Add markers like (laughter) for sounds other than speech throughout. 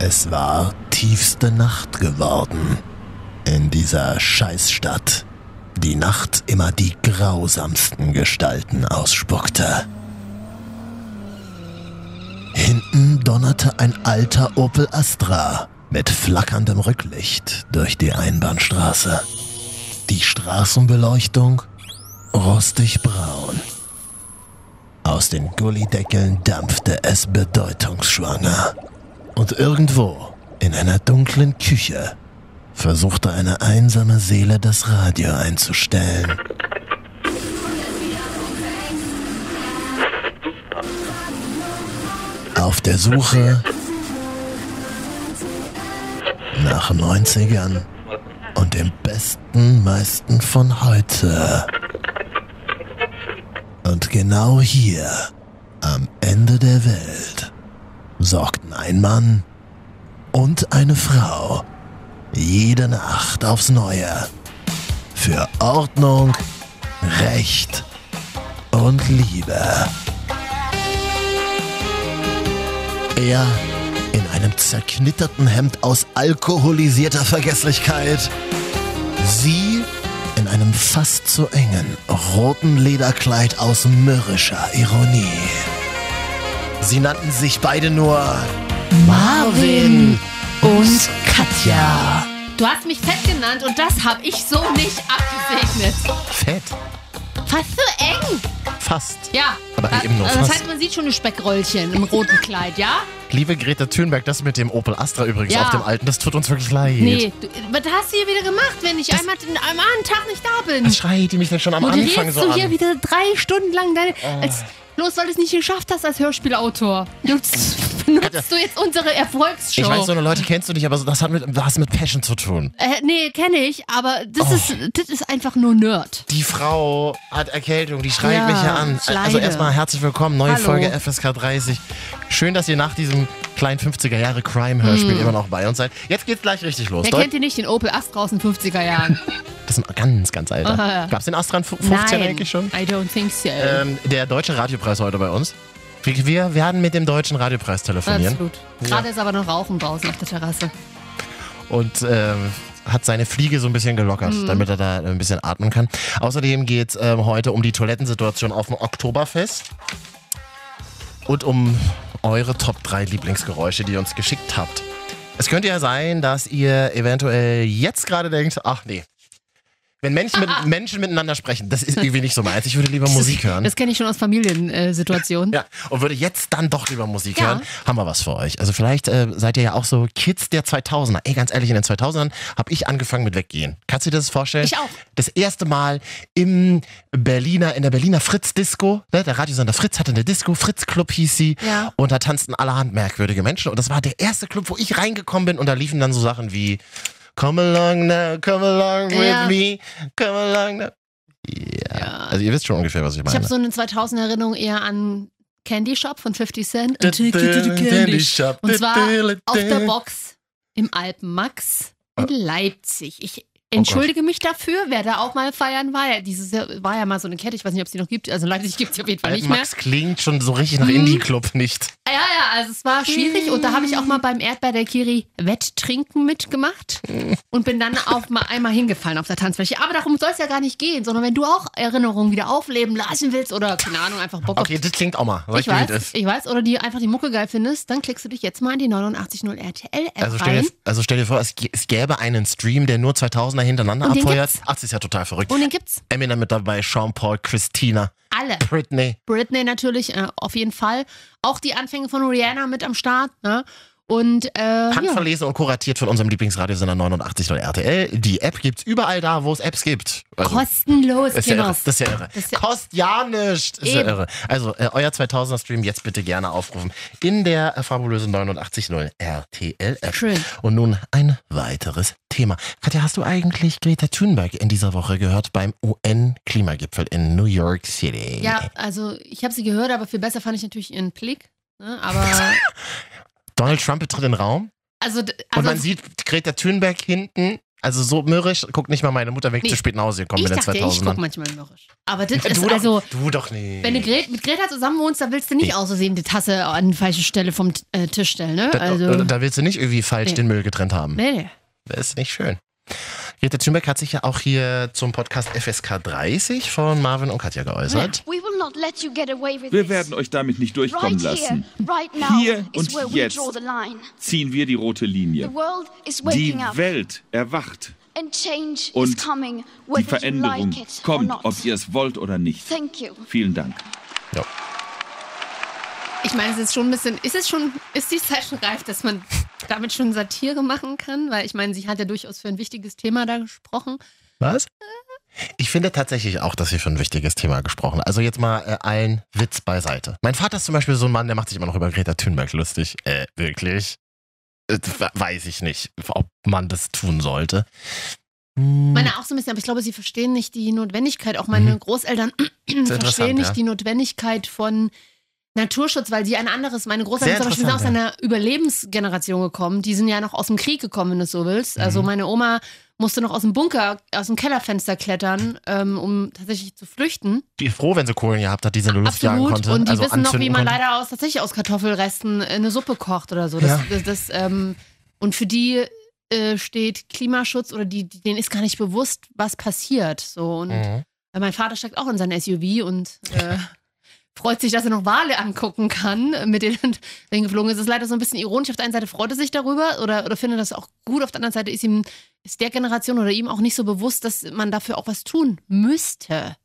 Es war tiefste Nacht geworden. In dieser Scheißstadt. Die Nacht immer die grausamsten Gestalten ausspuckte. Hinten donnerte ein alter Opel Astra mit flackerndem Rücklicht durch die Einbahnstraße. Die Straßenbeleuchtung rostig braun. Aus den Gullideckeln dampfte es bedeutungsschwanger. Und irgendwo in einer dunklen Küche versuchte eine einsame Seele das Radio einzustellen. Auf der Suche nach 90ern und dem besten meisten von heute. Und genau hier, am Ende der Welt, sorgten ein Mann und eine Frau jede Nacht aufs Neue für Ordnung, Recht und Liebe. Er in einem zerknitterten Hemd aus alkoholisierter Vergesslichkeit. Sie in einem fast zu engen roten Lederkleid aus mürrischer Ironie. Sie nannten sich beide nur Marvin und Katja. Du hast mich fett genannt und das habe ich so nicht abgesegnet. Fett. Fast so eng. Fast. Ja. Aber das, eben nur also das fast. heißt, man sieht schon ein Speckröllchen im roten Kleid, ja? Liebe Greta Thunberg, das mit dem Opel Astra übrigens Ja. auf dem alten, das tut uns wirklich leid. Nee, du, was hast du hier wieder gemacht, wenn ich einmal den- am einen Tag nicht da bin? Was schreit die mich denn schon am Anfang Moderierst so du an? Oh. hier wieder drei Stunden lang deine... Als, los, weil du es nicht geschafft hast als Hörspielautor. Nutzt, (laughs) nutzt du jetzt unsere Erfolgsshow? ich weiß, so eine Leute kennst du nicht, aber so, das hat mit, was mit Passion zu tun. äh, nee, kenne ich, aber Oh. das, ist, das ist einfach nur Nerd. Die Frau hat Erkältung, die schreit Ja, mich hier an. ich Also leide. erstmal herzlich willkommen, neue Hallo. Folge FSK 30. Schön, dass ihr nach diesem kleinen 50er Jahre Crime-Hörspiel Hm. immer noch bei uns seid. Jetzt geht's gleich richtig los. Wer Deut- kennt ihr nicht den Opel Astra aus den 50er Jahren? das ist ein ganz, ganz alter. Aha. Gab's den Astra in fu- 15 Oh, Nein, eigentlich schon? I don't think so. Ähm, der Deutsche Radiopreis heute bei uns. Wir, wir werden mit dem Deutschen Radiopreis telefonieren. Absolut. Gerade ist aber noch Rauchen draußen auf der Terrasse. und ähm, hat seine Fliege so ein bisschen gelockert, damit er da ein bisschen atmen kann. Außerdem geht es ähm, heute um die Toilettensituation auf dem Oktoberfest und um eure Top 3 Lieblingsgeräusche, die ihr uns geschickt habt. Es könnte ja sein, dass ihr eventuell jetzt gerade denkt, ach nee, wenn Menschen, mit, Menschen miteinander sprechen, das ist irgendwie nicht so meins. Ich würde lieber Musik hören. Das kenne ich schon aus Familiensituationen. Ja, und würde jetzt dann doch lieber Musik Ja. hören, haben wir was für euch. Also vielleicht äh, seid ihr ja auch so Kids der 2000er. Ey, ganz ehrlich, in den 2000ern habe ich angefangen mit Weggehen. Kannst du dir das vorstellen? Ich auch. Das erste Mal im Berliner, in der Berliner Fritz-Disco, ne, der Radiosender Fritz hatte eine Disco, Fritz-Club hieß sie. Ja. Und da tanzten allerhand merkwürdige Menschen. Und das war der erste Club, wo ich reingekommen bin. Und da liefen dann so Sachen wie Come along now, come along with Ja. me, come along now. Ja. Also ihr wisst schon ungefähr, was ich meine. Ich habe so eine 2000-Erinnerung eher an Candy Shop von 50 Cent. Du, And take you to the du, candy Candy shop. Shop. Und Du, zwar du, du, Auf der du. Box im Alpenmax in Leipzig. Ich Ah. Oh Gott. entschuldige mich dafür, wer da auch mal feiern war. Ja, dieses Jahr war ja mal so eine Kette, ich weiß nicht, ob es die noch gibt. Also in Leipzig gibt es auf jeden Fall nicht mehr. Mhm. Max klingt schon so richtig nach Indie-Club nicht. Ja, ja, also es war schwierig und da habe ich auch mal beim Erdbeer der Kiri Wetttrinken mitgemacht und bin dann auch mal einmal hingefallen auf der Tanzfläche. Aber darum soll es ja gar nicht gehen, sondern wenn du auch Erinnerungen wieder aufleben lassen willst oder keine Ahnung, einfach Bock Okay, das klingt auch mal. Sag auf ich dir, wie das weiß, ist. ich weiß, oder die einfach die Mucke geil findest, dann klickst du dich jetzt mal in die 89.0 RTL App Also stell, rein. dir, also stell dir vor, es, gä- es gäbe einen Stream, der nur 2000er hintereinander Und den abfeuert. gibt's? Ach, das ist ja total verrückt. Und den gibt's Eminem mit dabei, Sean Paul, Christina, alle. Britney. Britney natürlich äh, auf jeden Fall, auch die Anfänge von Rihanna mit am Start, ne? Und äh, ja. Handverlesen und kuratiert von unserem Lieblingsradiosender 89.0 RTL. Die App gibt's überall da, wo es Apps gibt. Also, kostenlos, ist ja irre. Kinders. Das ist ja irre. Genau. Das ist ja- Kostet ja nichts. Ist ja Eben. irre. Also, äh, euer 2000er-Stream jetzt bitte gerne aufrufen. In der äh, fabulösen 89.0 RTL-App. Schön. Und nun ein weiteres Thema. Katja, hast du eigentlich Greta Thunberg in dieser Woche gehört beim UN-Klimagipfel in New York City? Ja, also ich habe sie gehört, aber viel besser fand ich natürlich ihren Blick. Ne? Aber (laughs) Donald Trump betritt den Raum also, d- und also man sieht Greta Thunberg hinten Also so mürrisch guckt nicht mal meine Mutter weg Nee. zu spät nach Hause gekommen ich in den dachte, ich guck 2000ern. manchmal mürrisch. Aber das Ja, ist ne? (laughs) du, doch, also, du doch nicht. wenn du Gret, mit Greta zusammen wohnst, da willst du nicht Nee. außersehen die Tasse an die falsche Stelle vom äh, Tisch stellen, ne? da, Also, da- da willst du nicht irgendwie falsch Nee. den Müll getrennt haben. nee. Das ist nicht schön. Greta Thunberg hat sich ja auch hier zum Podcast FSK 30 von Marvin und Katja geäußert. We will not let you get away with Wir this. werden euch damit nicht durchkommen right here, lassen. right now Hier is und where jetzt. we draw the line. Ziehen wir die rote The Linie. world is Die waking up Welt erwacht. and change is Und coming Die whether you Veränderung like it or kommt, not. ob ihr es wollt oder nicht. Thank you. Vielen Dank. Ja. Ich meine, es ist schon ein bisschen, ist es schon, ist die Zeit schon reif, dass man damit schon Satire machen kann? Weil ich meine, sie hat ja durchaus für ein wichtiges Thema da gesprochen. Was? Ich finde tatsächlich auch, dass hier schon ein wichtiges Thema gesprochen. Also jetzt mal äh, allen Witz beiseite. Mein Vater ist zum Beispiel so ein Mann, der macht sich immer noch über Greta Thunberg lustig. Äh, wirklich? Äh, we- weiß ich nicht, ob man das tun sollte. Hm. Mhm. Ich meine auch so ein bisschen, aber ich glaube, sie verstehen nicht die Notwendigkeit. Auch meine Großeltern (clears throat) verstehen interessant, nicht ja. die Notwendigkeit von Naturschutz, weil sie ein anderes, meine Großeltern Sehr zum Beispiel sind aus interessant, einer Überlebensgeneration gekommen. Die sind ja noch aus dem Krieg gekommen, wenn du es so willst. Mhm. Also meine Oma musste noch aus dem Bunker, aus dem Kellerfenster klettern, ähm, um tatsächlich zu flüchten. Die ist froh, wenn sie Kohlen gehabt hat, die sie in die Luft jagen Absolut. konnte. Und die also wissen noch, wie anzünden man konnte. leider aus, tatsächlich aus Kartoffelresten äh, eine Suppe kocht oder so. Das, Ja. das, das, ähm, und für die äh, steht Klimaschutz oder die, die- denen ist gar nicht bewusst, was passiert. So. Und Mhm. äh, mein Vater steckt auch in sein SUV und äh, freut sich, dass er noch Wale angucken kann, äh, mit denen (laughs) drin geflogen ist. Das ist leider so ein bisschen ironisch. Auf der einen Seite freut er sich darüber oder, oder findet das auch gut. Auf der anderen Seite ist ihm ist der Generation oder ihm auch nicht so bewusst, dass man dafür auch was tun müsste.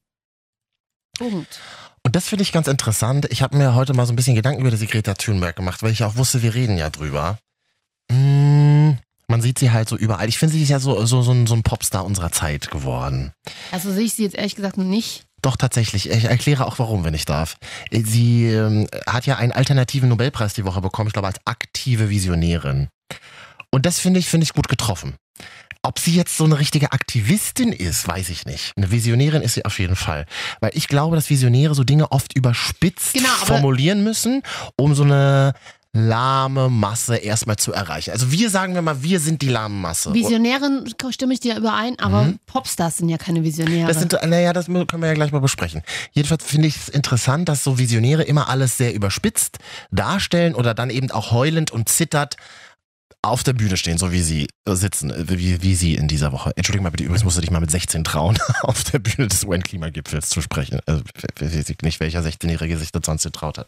Punkt. Und das finde ich ganz interessant. Ich habe mir heute mal so ein bisschen Gedanken über diese Greta Thunberg gemacht, weil ich ja auch wusste, wir reden ja drüber. Hm, man sieht sie halt so überall. Ich finde, sie ist ja so, so, so, ein, so ein Popstar unserer Zeit geworden. Also sehe ich sie jetzt ehrlich gesagt nicht. Doch, tatsächlich. Ich erkläre auch, warum, wenn ich darf. Sie ähm, hat ja einen alternativen Nobelpreis die Woche bekommen, ich glaube, als aktive Visionärin. Und das finde ich, finde ich gut getroffen. Ob sie jetzt so eine richtige Aktivistin ist, weiß ich nicht. Eine Visionärin ist sie auf jeden Fall. Weil ich glaube, dass Visionäre so Dinge oft überspitzt Genau, aber- formulieren müssen, um so eine lahme Masse erstmal zu erreichen. Also wir sagen wir mal, wir sind die lahme Masse. Visionären stimme ich dir überein, aber Mhm. Popstars sind ja keine Visionäre. Das sind, naja, das mü- können wir ja gleich mal besprechen. Jedenfalls finde ich es interessant, dass so Visionäre immer alles sehr überspitzt darstellen oder dann eben auch heulend und zittert auf der Bühne stehen, so wie sie äh, sitzen, äh, wie, wie sie in dieser Woche. Entschuldigung mal bitte, übrigens musst du dich mal mit 16 trauen, (laughs) auf der Bühne des UN-Klimagipfels zu sprechen. Also, weiß ich nicht, welcher 16-Jährige sich das sonst getraut hat.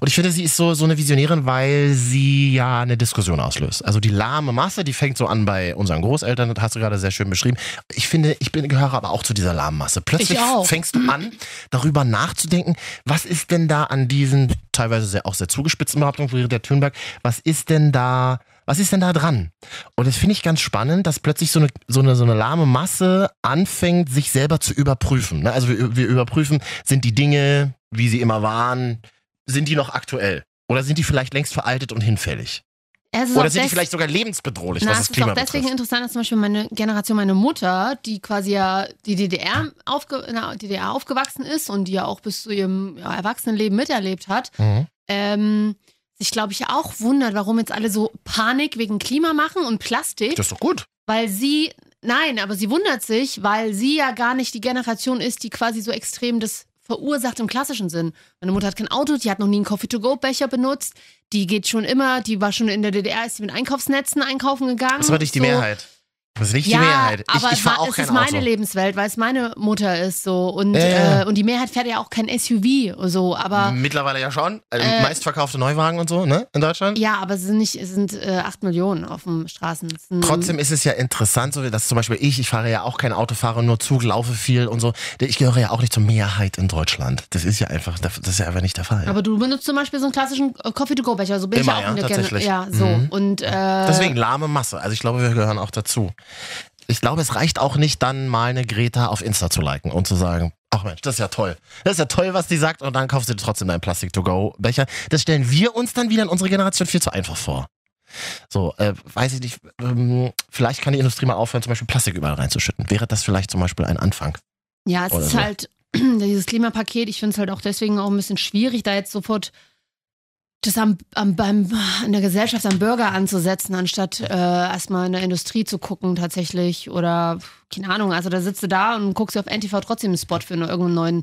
Und ich finde, sie ist so, so eine Visionärin, weil sie ja eine Diskussion auslöst. Also die lahme Masse, die fängt so an bei unseren Großeltern, das hast du gerade sehr schön beschrieben. Ich finde, ich bin, gehöre aber auch zu dieser lahmen Masse. Plötzlich Ich auch. fängst du an, darüber nachzudenken, was ist denn da an diesen teilweise sehr, auch sehr zugespitzten Behauptungen von Rita Thunberg, was ist denn da, was ist denn da dran? Und das finde ich ganz spannend, dass plötzlich so eine, so eine, so eine lahme Masse anfängt, sich selber zu überprüfen. ne? Also wir, wir überprüfen, sind die Dinge, wie sie immer waren, sind die noch aktuell? Oder sind die vielleicht längst veraltet und hinfällig? Es ist auch Oder sind die des- vielleicht sogar lebensbedrohlich, Na, was es das ist auch Klima deswegen betrifft? interessant, dass zum Beispiel meine Generation, meine Mutter, die quasi ja die DDR, aufge in der DDR aufgewachsen ist und die ja auch bis zu ihrem ja, Erwachsenenleben miterlebt hat, Mhm. ähm, sich, glaube ich, auch wundert, warum jetzt alle so Panik wegen Klima machen und Plastik. Das ist doch gut. weil sie, nein, aber sie wundert sich, weil sie ja gar nicht die Generation ist, die quasi so extrem das verursacht im klassischen Sinn. Meine Mutter hat kein Auto, die hat noch nie einen Coffee-to-go-Becher benutzt, die geht schon immer, die war schon in der DDR, ist sie mit Einkaufsnetzen einkaufen gegangen. Das ist aber nicht die so. Mehrheit. Das ist nicht Ja, die Mehrheit. Ich, aber ich fahre ma- auch es kein ist meine Auto. Lebenswelt, weil es meine Mutter ist so und, Ja, ja. Mhm. Äh, und die Mehrheit fährt ja auch kein SUV oder so, aber Mittlerweile ja schon. Also Äh, meistverkaufte Neuwagen und so, ne? In Deutschland? ja, aber es sind nicht, es sind äh, 8 Millionen auf den Straßen. Es sind- Trotzdem ist es ja interessant, so wie- dass zum Beispiel ich, ich fahre ja auch kein Auto, fahre nur Zug, laufe viel und so. Ich gehöre ja auch nicht zur Mehrheit in Deutschland. Das ist ja einfach, das ist ja einfach nicht der Fall. Aber du benutzt zum Beispiel so einen klassischen äh, Coffee-to-go-Becher, so bin Immer, ich ja, auch in der Gen- tatsächlich. Ja, so. Mhm. Und äh, Deswegen lahme Masse. Also ich glaube, wir gehören auch dazu. Ich glaube, es reicht auch nicht, dann mal eine Greta auf Insta zu liken und zu sagen, ach Mensch, das ist ja toll. Das ist ja toll, was die sagt und dann kaufst du dir trotzdem deinen Plastik-to-go-Becher. Das stellen wir uns dann wieder in unserer Generation viel zu einfach vor. So, äh, weiß ich nicht, ähm, vielleicht kann die Industrie mal aufhören, zum Beispiel Plastik überall reinzuschütten. Wäre das vielleicht zum Beispiel ein Anfang? ja, es Oder ist so. (clears throat) halt dieses Klimapaket, ich finde es halt auch deswegen auch ein bisschen schwierig, da jetzt sofort das am, am, beim, in der Gesellschaft am Bürger anzusetzen, anstatt äh, erstmal in der Industrie zu gucken tatsächlich oder keine Ahnung, also da sitzt du da und guckst dir auf NTV trotzdem einen Spot für eine, irgendeinen neuen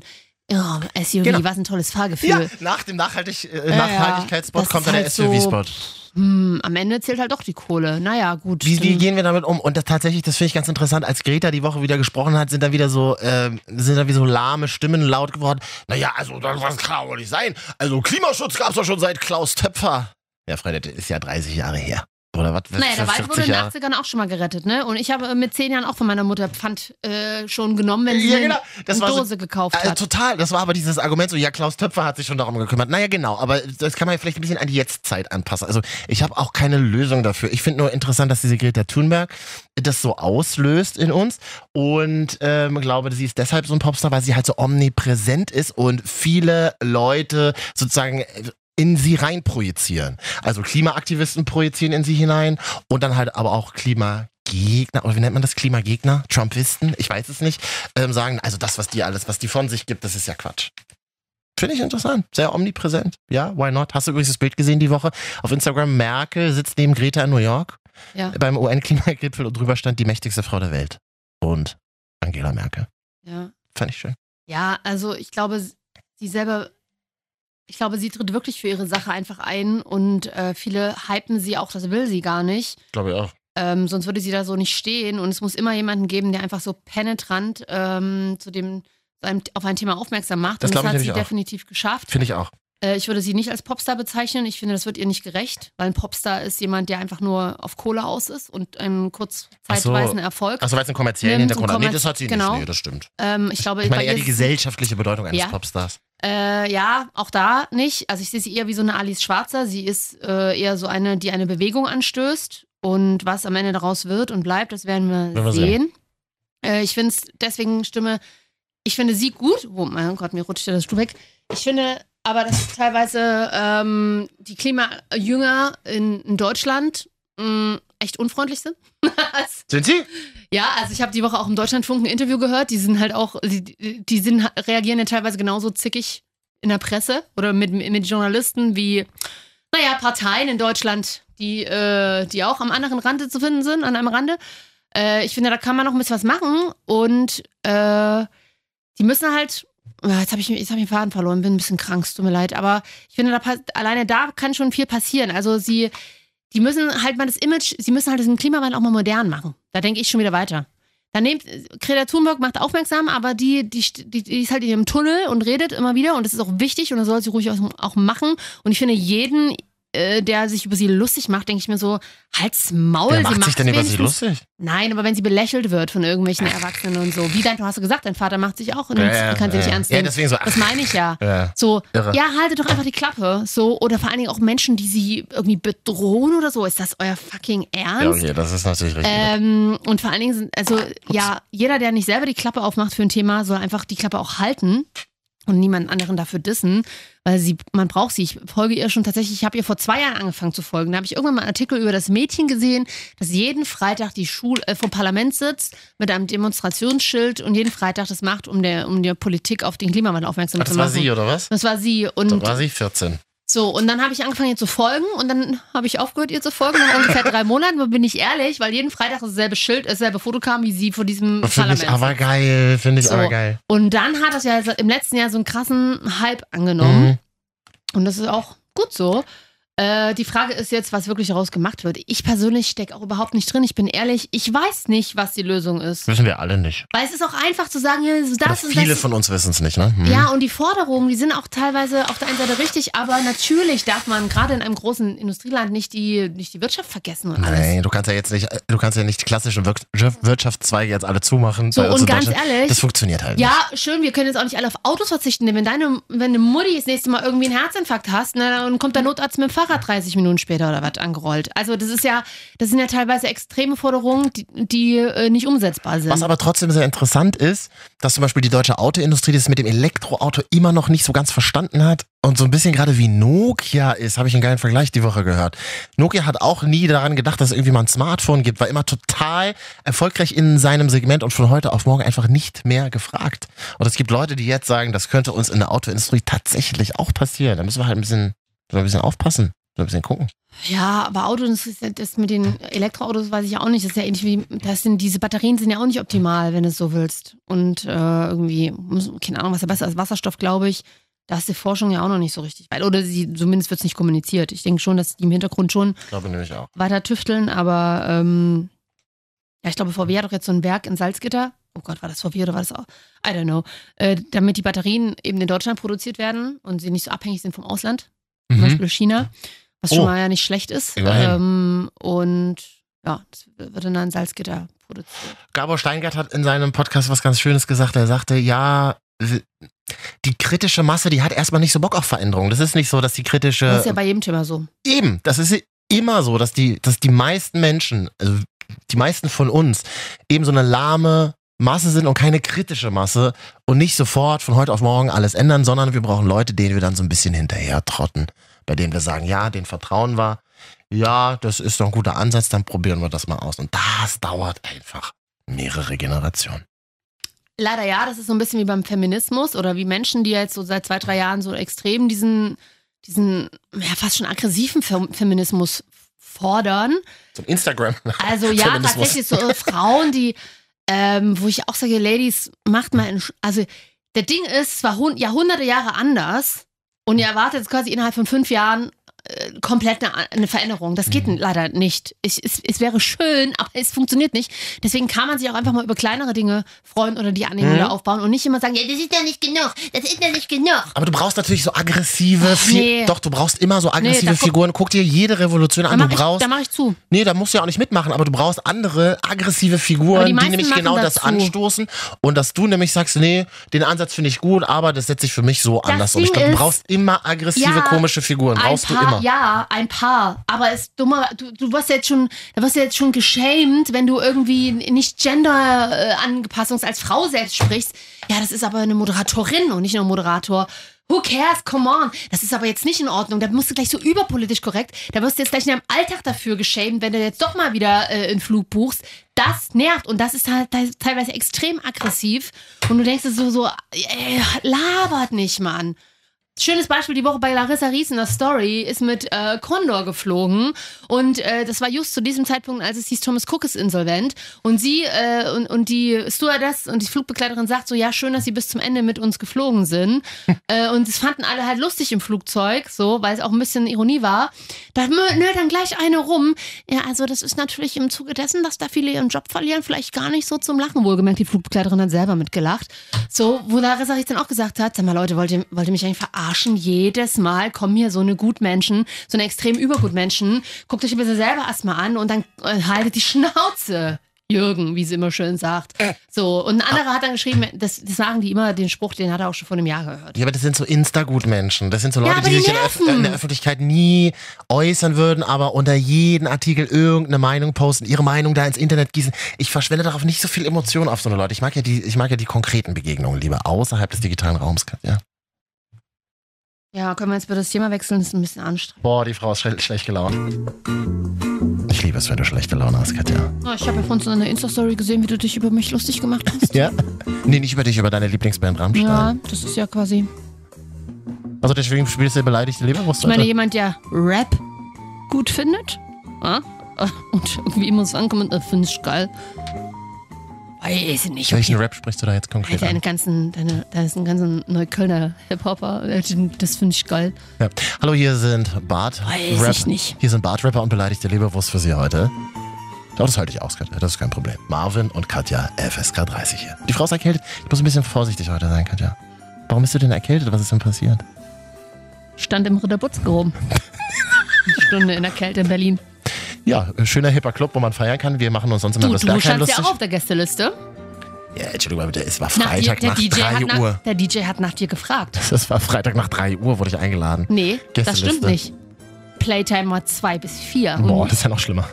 oh, ja, SUV, Genau. was ein tolles Fahrgefühl. Ja, nach dem Nachhaltig äh, ja. Nachhaltigkeitsspot Das kommt ist dann der halt so- SUV-Spot. Hm, am Ende zählt halt doch die Kohle. Naja, gut. Wie, wie stimmt. gehen wir damit um? Und das, tatsächlich, das finde ich ganz interessant, als Greta die Woche wieder gesprochen hat, sind dann wieder so, ähm, sind dann wieder so lahme Stimmen laut geworden. Naja, also das, das kann wohl nicht sein. Also Klimaschutz gab es doch schon seit Klaus Töpfer. Ja, Freunde, das ist ja 30 Jahre her. Oder was? Naja, der Wald 50 wurde in den Jahre? 80ern auch schon mal gerettet, ne? Und ich habe mit zehn Jahren auch von meiner Mutter Pfand äh, schon genommen, wenn sie Ja, mir genau. Das eine war so- Dose gekauft Äh, hat. total, das war aber dieses Argument so, ja, Klaus Töpfer hat sich schon darum gekümmert. Naja, genau, aber das kann man ja vielleicht ein bisschen an die Jetztzeit anpassen. Also ich habe auch keine Lösung dafür. Ich finde nur interessant, dass diese Greta Thunberg das so auslöst in uns und ähm, glaube, sie ist deshalb so ein Popstar, weil sie halt so omnipräsent ist und viele Leute sozusagen äh, in sie rein projizieren. Also Klimaaktivisten projizieren in sie hinein und dann halt aber auch Klima. Gegner, oder wie nennt man das? Klimagegner? Trumpisten? Ich weiß es nicht ähm, sagen, also das, was die alles, was die von sich gibt, das ist ja Quatsch. Finde ich interessant. Sehr omnipräsent. Ja, why not? Hast du übrigens das Bild gesehen die Woche? Auf Instagram, Merkel sitzt neben Greta in New York Ja. beim UN-Klimagipfel und drüber stand die mächtigste Frau der Welt. Und Angela Merkel. Ja. Fand ich schön. ja, also ich glaube, sie selber, ich glaube, sie tritt wirklich für ihre Sache einfach ein und äh, viele hypen sie auch, das will sie gar nicht. Glaube ich auch. Ähm, sonst würde sie da so nicht stehen und es muss immer jemanden geben, der einfach so penetrant ähm, zu dem, zu einem, auf ein Thema aufmerksam macht. Das und glaube das ich hat sie nämlich auch. definitiv geschafft. Finde ich auch. Äh, ich würde sie nicht als Popstar bezeichnen. Ich finde, das wird ihr nicht gerecht, weil ein Popstar ist jemand, der einfach nur auf Kohle aus ist und einen kurzzeitweisen Erfolg. Achso, Also, weil es einen kommerziellen Nimmt Hintergrund hat. Nee, einen das hat sie Kommerz- nicht. Nee, genau. das stimmt. Ähm, ich glaube, Ich meine bei eher ihr die ist- gesellschaftliche Bedeutung eines Ja. Popstars. äh, ja, auch da nicht. Also ich sehe sie eher wie so eine Alice Schwarzer. Sie ist äh, eher so eine, die eine Bewegung anstößt. Und was am Ende daraus wird und bleibt, das werden wir, Werden wir sehen. sehen. Äh, ich finde es deswegen Stimme, ich finde sie gut. Oh mein Gott, mir rutscht ja das Stuhl weg. Ich finde aber, dass teilweise ähm, die Klimajünger in, in Deutschland mh, echt unfreundlich sind. Sind sie? Ja, also ich habe die Woche auch im Deutschlandfunk ein Interview gehört. Die sind halt auch, die, die sind, reagieren ja teilweise genauso zickig in der Presse oder mit, mit Journalisten wie, naja, Parteien in Deutschland, die, äh, die auch am anderen Rande zu finden sind, an einem Rande. Äh, ich finde, da kann man noch ein bisschen was machen und äh, die müssen halt. Ah, Jetzt habe ich, jetzt hab ich den Faden verloren, bin ein bisschen krank, es tut mir leid. Aber ich finde, da, pass- alleine da kann schon viel passieren. Also sie, die müssen halt mal das Image, sie müssen halt diesen Klimawandel auch mal modern machen. Da denke ich schon wieder weiter. Da nehmt, Greta Thunberg macht aufmerksam, aber die, die, st- die, die ist halt in ihrem Tunnel und redet immer wieder und das ist auch wichtig und das soll sie ruhig auch, auch machen. Und ich finde, jeden, äh, der sich über sie lustig macht, denke ich mir so, halt's Maul. Wer sie macht sich macht's denn über sie wenigstens lustig? Nein, aber wenn sie belächelt wird von irgendwelchen Erwachsenen und so. Wie dein, du hast ja gesagt, dein Vater macht sich auch und kann sie nicht ernst ja, nehmen. deswegen so. das meine ich ja. Ja. So, Irre. ja, haltet doch einfach die Klappe. So, oder vor allen Dingen auch Menschen, die sie irgendwie bedrohen oder so. Ist das euer fucking ja, Ernst? okay, das ist natürlich richtig. ähm, und vor allen Dingen sind, also Ah, ja, jeder, der nicht selber die Klappe aufmacht für ein Thema, soll einfach die Klappe auch halten und niemand anderen dafür dissen, weil sie, man braucht sie. Ich folge ihr schon tatsächlich, ich habe ihr vor zwei Jahren angefangen zu folgen. Da habe ich irgendwann mal einen Artikel über das Mädchen gesehen, das jeden Freitag die Schul äh, vom Parlament sitzt mit einem Demonstrationsschild und jeden Freitag das macht, um der, um der Politik auf den Klimawandel aufmerksam Ach, zu Ah, das machen. war sie, oder was? Das war sie. Da Und war sie 14. so, und dann habe ich angefangen, ihr zu folgen und dann habe ich aufgehört, ihr zu folgen nach (laughs) ungefähr drei Monaten, aber bin ich ehrlich, weil jeden Freitag dasselbe Schild, äh, dasselbe Foto kam, wie sie vor diesem Finde ich Parlament. aber geil, finde ich So. aber geil. Und dann hat das ja im letzten Jahr so einen krassen Hype angenommen. Mhm. Und das ist auch gut so. Äh, die Frage ist jetzt, was wirklich daraus gemacht wird. Ich persönlich stecke auch überhaupt nicht drin. Ich bin ehrlich, ich weiß nicht, was die Lösung ist. Wissen wir alle nicht. Weil es ist auch einfach zu sagen, ja, so das Oder und viele das. von uns wissen es nicht, ne? Hm. Ja, und die Forderungen, die sind auch teilweise auf der einen Seite richtig, aber natürlich darf man gerade in einem großen Industrieland nicht die, nicht die Wirtschaft vergessen und alles. Nein, du kannst ja jetzt nicht, du kannst ja nicht die klassischen Wirk- Wirtschaftszweige jetzt alle zumachen. So, bei uns und in ganz Deutschland. ehrlich- Das funktioniert halt Ja, schön, wir können jetzt auch nicht alle auf Autos verzichten, denn wenn deine, wenn deine Mutti das nächste Mal irgendwie einen Herzinfarkt hast, na, dann Mhm. kommt der Notarzt mit dem Fahrrad 30 Minuten später oder was angerollt. Also das ist ja, das sind ja teilweise extreme Forderungen, die, die äh, nicht umsetzbar sind. Was aber trotzdem sehr interessant ist, dass zum Beispiel die deutsche Autoindustrie das mit dem Elektroauto immer noch nicht so ganz verstanden hat und so ein bisschen gerade wie Nokia ist, habe ich einen geilen Vergleich die Woche gehört. Nokia hat auch nie daran gedacht, dass es irgendwie mal ein Smartphone gibt, war immer total erfolgreich in seinem Segment und von heute auf morgen einfach nicht mehr gefragt. Und es gibt Leute, die jetzt sagen, das könnte uns in der Autoindustrie tatsächlich auch passieren. Da müssen wir halt ein bisschen Soll ein bisschen aufpassen. Soll ein bisschen gucken. Ja, aber Autos, das, ist ja- das mit den Elektroautos weiß ich ja auch nicht. Das ist ja ähnlich wie, das sind, diese Batterien sind ja auch nicht optimal, wenn du es so willst. Und äh, irgendwie, muss- keine Ahnung, was ja besser ist. Wasserstoff, glaube ich, da ist die Forschung ja auch noch nicht so richtig weit. Oder sie, zumindest wird es nicht kommuniziert. Ich denke schon, dass die im Hintergrund schon Ich glaube nämlich auch. weiter tüfteln, aber ähm, ja, ich glaube, VW hat doch jetzt so ein Werk in Salzgitter. Oh Gott, war das VW oder war das auch? I don't know. Äh, damit die Batterien eben in Deutschland produziert werden und sie nicht so abhängig sind vom Ausland, Mhm. zum Beispiel China, was Oh. schon mal ja nicht schlecht ist. Immerhin. Ähm, und ja, das wird dann in Salzgitter produziert. Gabor Steingart hat in seinem Podcast was ganz Schönes gesagt. Er sagte, ja, die kritische Masse, die hat erstmal nicht so Bock auf Veränderungen. Das ist nicht so, dass die kritische. Das ist ja bei jedem Thema so. Eben, das ist immer so, dass die, dass die meisten Menschen, also die meisten von uns, eben so eine lahme Masse sind und keine kritische Masse und nicht sofort von heute auf morgen alles ändern, sondern wir brauchen Leute, denen wir dann so ein bisschen hinterher trotten, bei denen wir sagen, ja, den vertrauen wir, ja, das ist doch ein guter Ansatz, dann probieren wir das mal aus. Und das dauert einfach mehrere Generationen. Leider ja, das ist so ein bisschen wie beim Feminismus oder wie Menschen, die jetzt so seit zwei, drei Jahren so extrem diesen, diesen ja, fast schon aggressiven Fem- Feminismus fordern. Zum Instagram. Also ja, Feminismus. tatsächlich so äh, Frauen, die, ähm, wo ich auch sage, Ladies, macht mal, einen Sch- also der Ding ist, es war hun- Jahrhunderte Jahre anders und ihr erwartet jetzt quasi innerhalb von fünf Jahren äh, komplett eine, eine Veränderung. Das Mhm. geht leider nicht. Ich, es, es wäre schön, aber es funktioniert nicht. Deswegen kann man sich auch einfach mal über kleinere Dinge freuen oder die annehmen Mhm. oder aufbauen und nicht immer sagen, ja, das ist ja nicht genug, das ist ja nicht genug. Aber du brauchst natürlich so aggressive, Fi- nee. doch, du brauchst immer so aggressive da guck- Figuren. Guck dir jede Revolution Da an, du mache ich, brauchst da mach ich zu. Nee, da musst du ja auch nicht mitmachen, aber du brauchst andere aggressive Figuren, Aber die, die meisten nämlich machen genau das dazu. anstoßen und dass du nämlich sagst, nee, den Ansatz finde ich gut, aber das setze ich für mich so anders um. Ich Ding glaube, du ist- brauchst immer aggressive, Ja, komische Figuren, Ein brauchst du paar, immer. ja, ein paar. Aber es ist dummer, du, du wirst ja jetzt schon, da wirst du jetzt schon geschämt, wenn du irgendwie nicht gender äh, angepassungs als Frau selbst sprichst. Ja, das ist aber eine Moderatorin und nicht nur ein Moderator. Who cares? Come on. Das ist aber jetzt nicht in Ordnung. Da musst du gleich so überpolitisch korrekt. Da wirst du jetzt gleich in deinem Alltag dafür geschämt, wenn du jetzt doch mal wieder äh, einen Flug buchst. Das nervt und das ist halt te- teilweise extrem aggressiv. Und du denkst dir so, so, ey, labert nicht, Mann. Schönes Beispiel die Woche bei Larissa Ries in der Story ist mit äh, Condor geflogen und äh, das war just zu diesem Zeitpunkt, als es hieß, Thomas Cook ist insolvent und sie äh, und, und die Stewardess und die Flugbegleiterin sagt so, ja schön, dass sie bis zum Ende mit uns geflogen sind äh, und das fanden alle halt lustig im Flugzeug, so, weil es auch ein bisschen Ironie war. Da nö, dann gleich eine rum. Ja, also das ist natürlich im Zuge dessen, dass da viele ihren Job verlieren, vielleicht gar nicht so zum Lachen wohlgemerkt. Die Flugbegleiterin hat selber mitgelacht. So, wo Larissa Rich dann auch gesagt hat, sag mal Leute, wollt ihr, wollt ihr mich eigentlich verarschen? Jedes Mal kommen hier so eine Gutmenschen, so eine extrem Übergutmenschen. Guckt euch ein bisschen selber erstmal an und dann äh, haltet die Schnauze. Jürgen, wie sie immer schön sagt. So, und ein anderer hat dann geschrieben, das, das sagen die immer, den Spruch, den hat er auch schon vor einem Jahr gehört. Ja, aber das sind so Insta-Gut-Menschen. Das sind so Leute, aber die die sich in der, Öff- nerven. in der Öffentlichkeit nie äußern würden, aber unter jeden Artikel irgendeine Meinung posten, ihre Meinung da ins Internet gießen. Ich verschwende darauf nicht so viel Emotion auf so eine Leute. Ich mag ja die, ich mag ja die konkreten Begegnungen lieber außerhalb des digitalen Raums. Ja. Ja, können wir jetzt bitte das Thema wechseln? Das ist ein bisschen anstrengend. Boah, die Frau ist schlecht, schlecht gelaunt. Ich liebe es, wenn du schlechte Laune hast, Katja. Oh, ich habe ja vorhin so eine Insta-Story gesehen, wie du dich über mich lustig gemacht hast. Ja? Nee, nicht über dich, über deine Lieblingsband Rammstein. ja, das ist ja quasi. Also deswegen spielst du beleidigte Leberwurst. Ich meine, heute? jemand, der Rap gut findet ja, äh, und irgendwie immer so ankommt, äh, finde ich geil. Weiß ich nicht. Welchen Rap sprichst du da jetzt konkret Alter, deine an? ganzen, deine, deine ganzen Neuköllner Hip-Hopper, äh, das finde ich geil. Ja. Hallo, hier sind Bart. Weiß Rap- ich nicht. Hier sind Bart Rapper und beleidigte Leberwurst für Sie heute. Aber das halte ich aus, Katja. Das ist kein Problem. Marvin und Katja, FSK 30 hier. Die Frau ist erkältet. Ich muss ein bisschen vorsichtig heute sein, Katja. Warum bist du denn erkältet? Was ist denn passiert? Stand im Ritterbutzke rum. Eine Stunde in der Kälte in Berlin. Ja, äh, schöner hipper Club, wo man feiern kann. Wir machen uns sonst immer Du, du das gar kein standst ja lustig. auch auf der Gästeliste. Ja, Entschuldigung, aber der- es war Nach dir, Freitag der, nach DJ hat 3 Uhr. (laughs) nach, der DJ hat nach dir gefragt. Das war Freitag nach 3 Uhr, wurde ich eingeladen. Nee, das Gästeliste. stimmt nicht. Playtime war 2 bis 4. Boah, das ist ja noch schlimmer.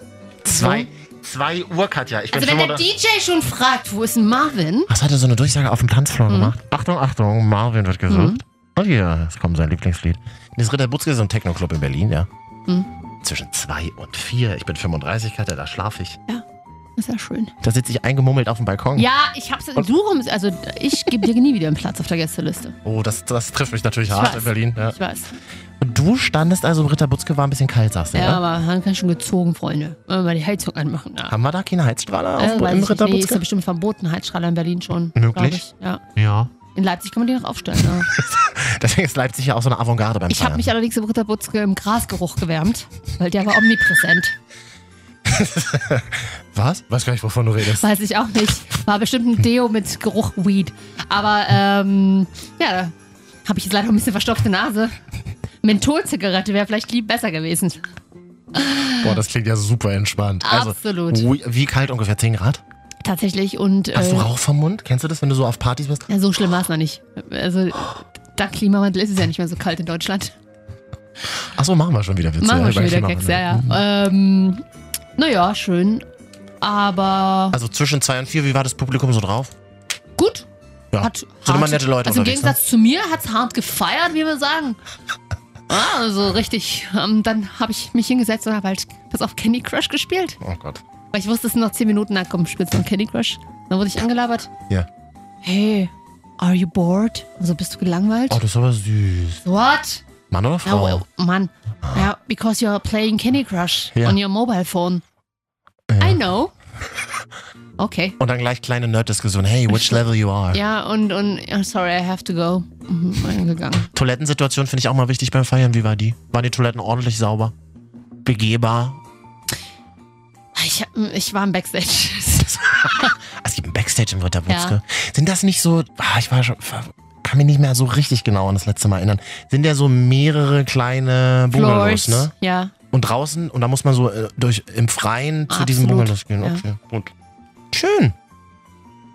2 zwei Uhr, Katja. Ich bin Also schon wenn mal der da. DJ schon fragt, wo ist denn Marvin? Was hat er so eine Durchsage auf dem Tanzfloor Hm? gemacht? Achtung, Achtung, Marvin wird gesucht. Und hier, es kommt sein Lieblingslied. Das Ritter Butzke ist so ein Techno-Club Hm. in Berlin, ja. Zwischen 2 und 4. Ich bin 35, Katja, da schlaf ich. Ist ja schön. Da sitze ich eingemummelt auf dem Balkon. Ja, ich hab's. Du rum, also ich gebe dir nie wieder einen Platz auf der Gästeliste. Oh, das, das trifft mich natürlich Ich hart weiß. in Berlin. Ja. Ich weiß. Und du standest also im Ritterbutzke, war ein bisschen kalt, sagst du, Ja, ne? aber haben ganz schön gezogen, Freunde. Wollen wir mal die Heizung anmachen. Ja. Haben wir da keine Heizstrahler Äh, auf, weiß im ich nicht. Nee, ist ja Ritterbutzke? bestimmt verboten, Heizstrahler in Berlin schon. Möglich. glaub Ich. Ja. ja. In Leipzig kann man die noch aufstellen. (laughs) Ja. Deswegen ist Leipzig ja auch so eine Avantgarde beim Ich habe Feiern. mich allerdings im Ritterbutzke im Grasgeruch gewärmt, weil der war omnipräsent. Was? Weiß gar nicht, wovon du redest. Weiß ich auch nicht. War bestimmt ein Deo mit Geruch Weed. Aber ähm, ja, da habe ich jetzt leider ein bisschen verstopfte Nase. Mentholzigarette wäre vielleicht lieb besser gewesen. Boah, das klingt ja super entspannt. Absolut. Also, wie, wie kalt? Ungefähr 10 Grad? Tatsächlich. Und Hast äh, du Rauch vom Mund? Kennst du das, wenn du so auf Partys bist? ja, so schlimm war es noch nicht. Also dank Klimawandel ist es ja nicht mehr so kalt (laughs) in Deutschland. Achso, machen wir schon wieder Witze. Machen ja, Mhm. wir schon über wieder Klimawandel. Gags, ja, ja. Ähm, naja, schön. Aber Also zwischen 2 und 4, wie war das Publikum so drauf? gut. Ja. Hat Sind immer nette Leute Also im unterwegs, ne? Gegensatz zu mir hat es hart gefeiert, wie wir sagen. Ah, Also richtig. Ähm, dann habe ich mich hingesetzt und habe halt, pass auf, Candy Crush gespielt. Oh Gott. Weil ich wusste, es sind noch 10 Minuten, dann komm, spielst du noch Candy Crush. Dann wurde ich angelabert. Ja. Hey, are you bored? Also bist du gelangweilt? Oh, das ist aber süß. What? Mann oder Ja, Frau? well, Mann. Ja, because you're playing Candy Crush Ja. on your mobile phone. I know. Okay. Und dann gleich kleine Nerd-Diskussion. Hey, which level you are? Ja, und, und ja, sorry, I have to go. Mhm, Eingegangen. Toilettensituation finde ich auch mal wichtig beim Feiern. Wie war die? Waren die Toiletten ordentlich sauber? Begehbar? Ich, hab- ich war im Backstage. (laughs) Ah, Es gibt ein Backstage im Ritterbutzke. Sind das nicht so, ah, ich war schon, kann mich nicht mehr so richtig genau an das letzte Mal erinnern. Sind ja so mehrere kleine Bungalows, ne? Ja. Und draußen, und da muss man so äh, durch, im Freien zu diesen Absolut, Bungalows gehen. ja. Okay, gut. Schön.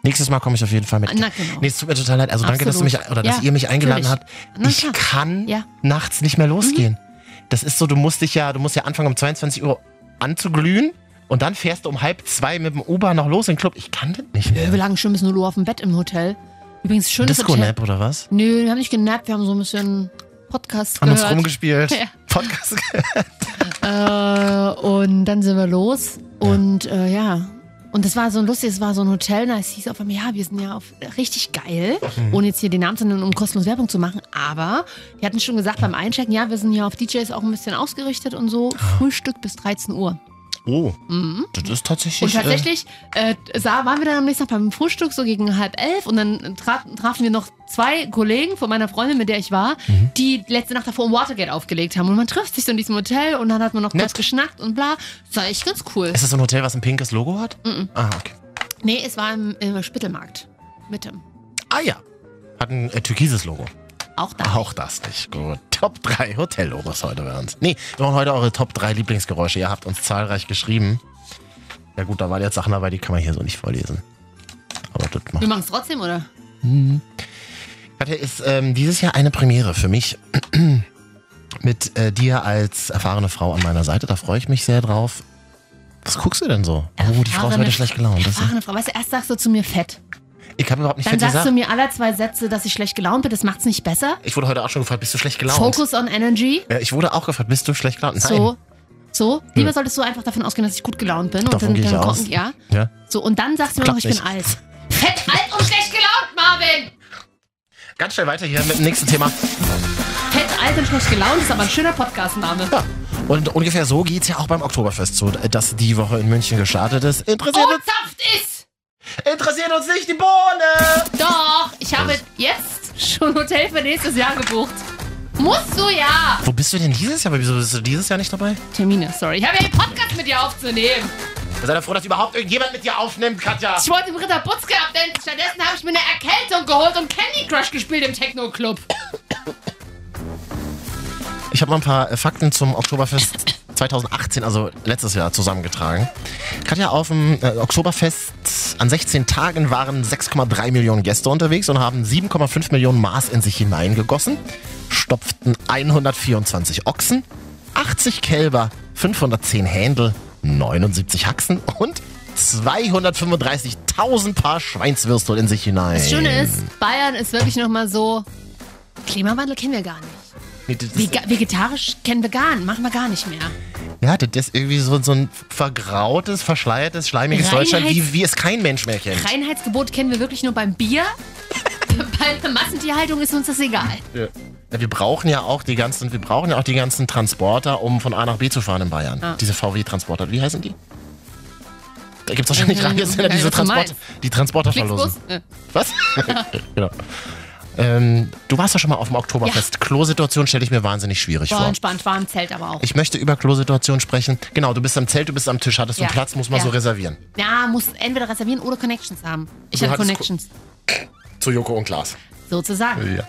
Nächstes Mal komme ich auf jeden Fall mit. Na genau. Nee, es tut mir total leid. Also danke, dass du Absolut. mich oder dass Ja, ihr mich eingeladen natürlich. Na habt. Ich klar. kann Ja. Mhm. nachts nicht mehr losgehen. Das ist so, du musst dich ja, du musst ja anfangen um 22 Uhr anzuglühen und dann fährst du um halb zwei mit dem Uber noch los in den Club. Ich kann das nicht mehr. Wir lagen schön bis 0 Uhr auf dem Bett im Hotel. Übrigens, schönes Hotel. Disco-Nap oder was? Nö, wir haben nicht genappt, wir haben so ein bisschen Podcast An uns gehört. rumgespielt. Ja. Podcast. Äh, und dann sind wir los. Und äh, ja. Und das war so lustig, es war so ein Hotel, da es hieß auf einmal, ja, wir sind ja auf richtig geil, ohne jetzt hier den Namen zu nennen, um kostenlos Werbung zu machen. Aber die hatten schon gesagt beim Einchecken, ja, wir sind hier auf DJs auch ein bisschen ausgerichtet und so. Frühstück bis 13 Uhr. Oh, das ist tatsächlich. Mhm. Und tatsächlich äh, sah, waren wir dann am nächsten Tag beim Frühstück so gegen halb elf und dann tra trafen wir noch zwei Kollegen von meiner Freundin, mit der ich war, die letzte Nacht davor im Watergate aufgelegt haben. Und man trifft sich so in diesem Hotel und dann hat man noch Nett. kurz geschnackt und bla. Das war echt ganz cool. Äh, ist das so ein Hotel, was ein pinkes Logo hat? Mhm. Ah, okay. nee, es war im, im Spittelmarkt. Mitte. Ah ja. Hat ein äh, türkises Logo. Auch da. Auch das nicht. Gut. Top 3 Hotellogos heute bei uns. Nee, wir machen heute eure Top 3 Lieblingsgeräusche. Ihr habt uns zahlreich geschrieben. Ja gut, da waren jetzt Sachen dabei, die kann man hier so nicht vorlesen. Aber das macht. Wir machen es trotzdem, oder? Katja, ist ähm, dieses Jahr eine Premiere für mich. (clears throat) Mit äh, dir als erfahrene Frau an meiner Seite. Da freue ich mich sehr drauf. Was guckst du denn so? Oh, die Frau ist heute Erfahrene- schlecht gelaunt. Das ist, ne? Erfahrene Frau. Weißt du, erst sagst du zu mir fett. ich habe überhaupt nicht Dann fett sagst gesagt. du mir alle zwei Sätze, dass ich schlecht gelaunt bin. Das macht's nicht besser. Ich wurde heute auch schon gefragt, bist du schlecht gelaunt? Focus on Energy. Ja, ich wurde auch gefragt, bist du schlecht gelaunt? Nein. So. So, lieber solltest du einfach davon ausgehen, dass ich gut gelaunt bin. Davon und gehe dann, ich dann aus. ja. Ja. So, und dann sagst du mir noch, Klappt ich bin nicht. alt. Fett, alt und schlecht gelaunt, Marvin! Ganz schnell weiter hier mit dem nächsten Thema. Fett, alt und schlecht gelaunt ist aber ein schöner Podcast-Name. Ja. Und ungefähr so geht's ja auch beim Oktoberfest so, das die Woche in München gestartet ist. Interessiert, Und sanft Oh, ist! uns, interessiert uns nicht die Bohne! Doch, ich habe Also- jetzt schon Hotel für nächstes Jahr gebucht. Musst du ja! Wo bist du denn dieses Jahr? Aber Wieso bist du dieses Jahr nicht dabei? Termine, sorry. Ich habe ja den Podcast mit dir aufzunehmen. Sei doch froh, dass überhaupt irgendjemand mit dir aufnimmt, Katja. Ich wollte im Ritter Butzke abdenken. Stattdessen habe ich mir eine Erkältung geholt und Candy Crush gespielt im Techno-Club. Ich habe mal ein paar äh, Fakten zum Oktoberfest 2018, also letztes Jahr, zusammengetragen. Katja, auf dem äh, Oktoberfest an 16 Tagen waren 6,3 Millionen Gäste unterwegs und haben 7,5 Millionen Maß in sich hineingegossen, stopften 124 Ochsen, 80 Kälber, 510 Händel, 79 Haxen und 235.000 Paar Schweinswürstel in sich hinein. Das Schöne ist, Bayern ist wirklich nochmal so. Klimawandel kennen wir gar nicht. Nee, das ist- Vega vegetarisch kennen wir gar nicht, machen wir gar nicht mehr. Ja, das ist irgendwie so, so ein vergrautes, verschleiertes, schleimiges Reinheits- Deutschland, wie, wie es kein Mensch mehr kennt. Reinheitsgebot kennen wir wirklich nur beim (laughs) Bier. Bei der Massentierhaltung ist uns das egal. Ja, Wir brauchen ja auch die ganzen, wir brauchen ja auch die ganzen Transporter, um von A nach B zu fahren in Bayern. Ah. Diese VW-Transporter, wie heißen die? Da gibt es wahrscheinlich Mhm, Radiosender, die ja, so was du Transport, die Transporter Flixbus? verlosen. Äh, Was? (laughs) genau. Ähm, du warst ja schon mal auf dem Oktoberfest. Klosituation stelle ich mir wahnsinnig schwierig War vor. entspannt, war im Zelt aber auch. Ich möchte über Klosituation sprechen. Genau, du bist am Zelt, du bist am Tisch, hattest du Ja. einen Platz, muss man Ja. so reservieren. Na, muss entweder reservieren oder Connections haben. Ich Du hatte hattest Äh, Connections. Zu Joko und Klaas. Sozusagen. Ja.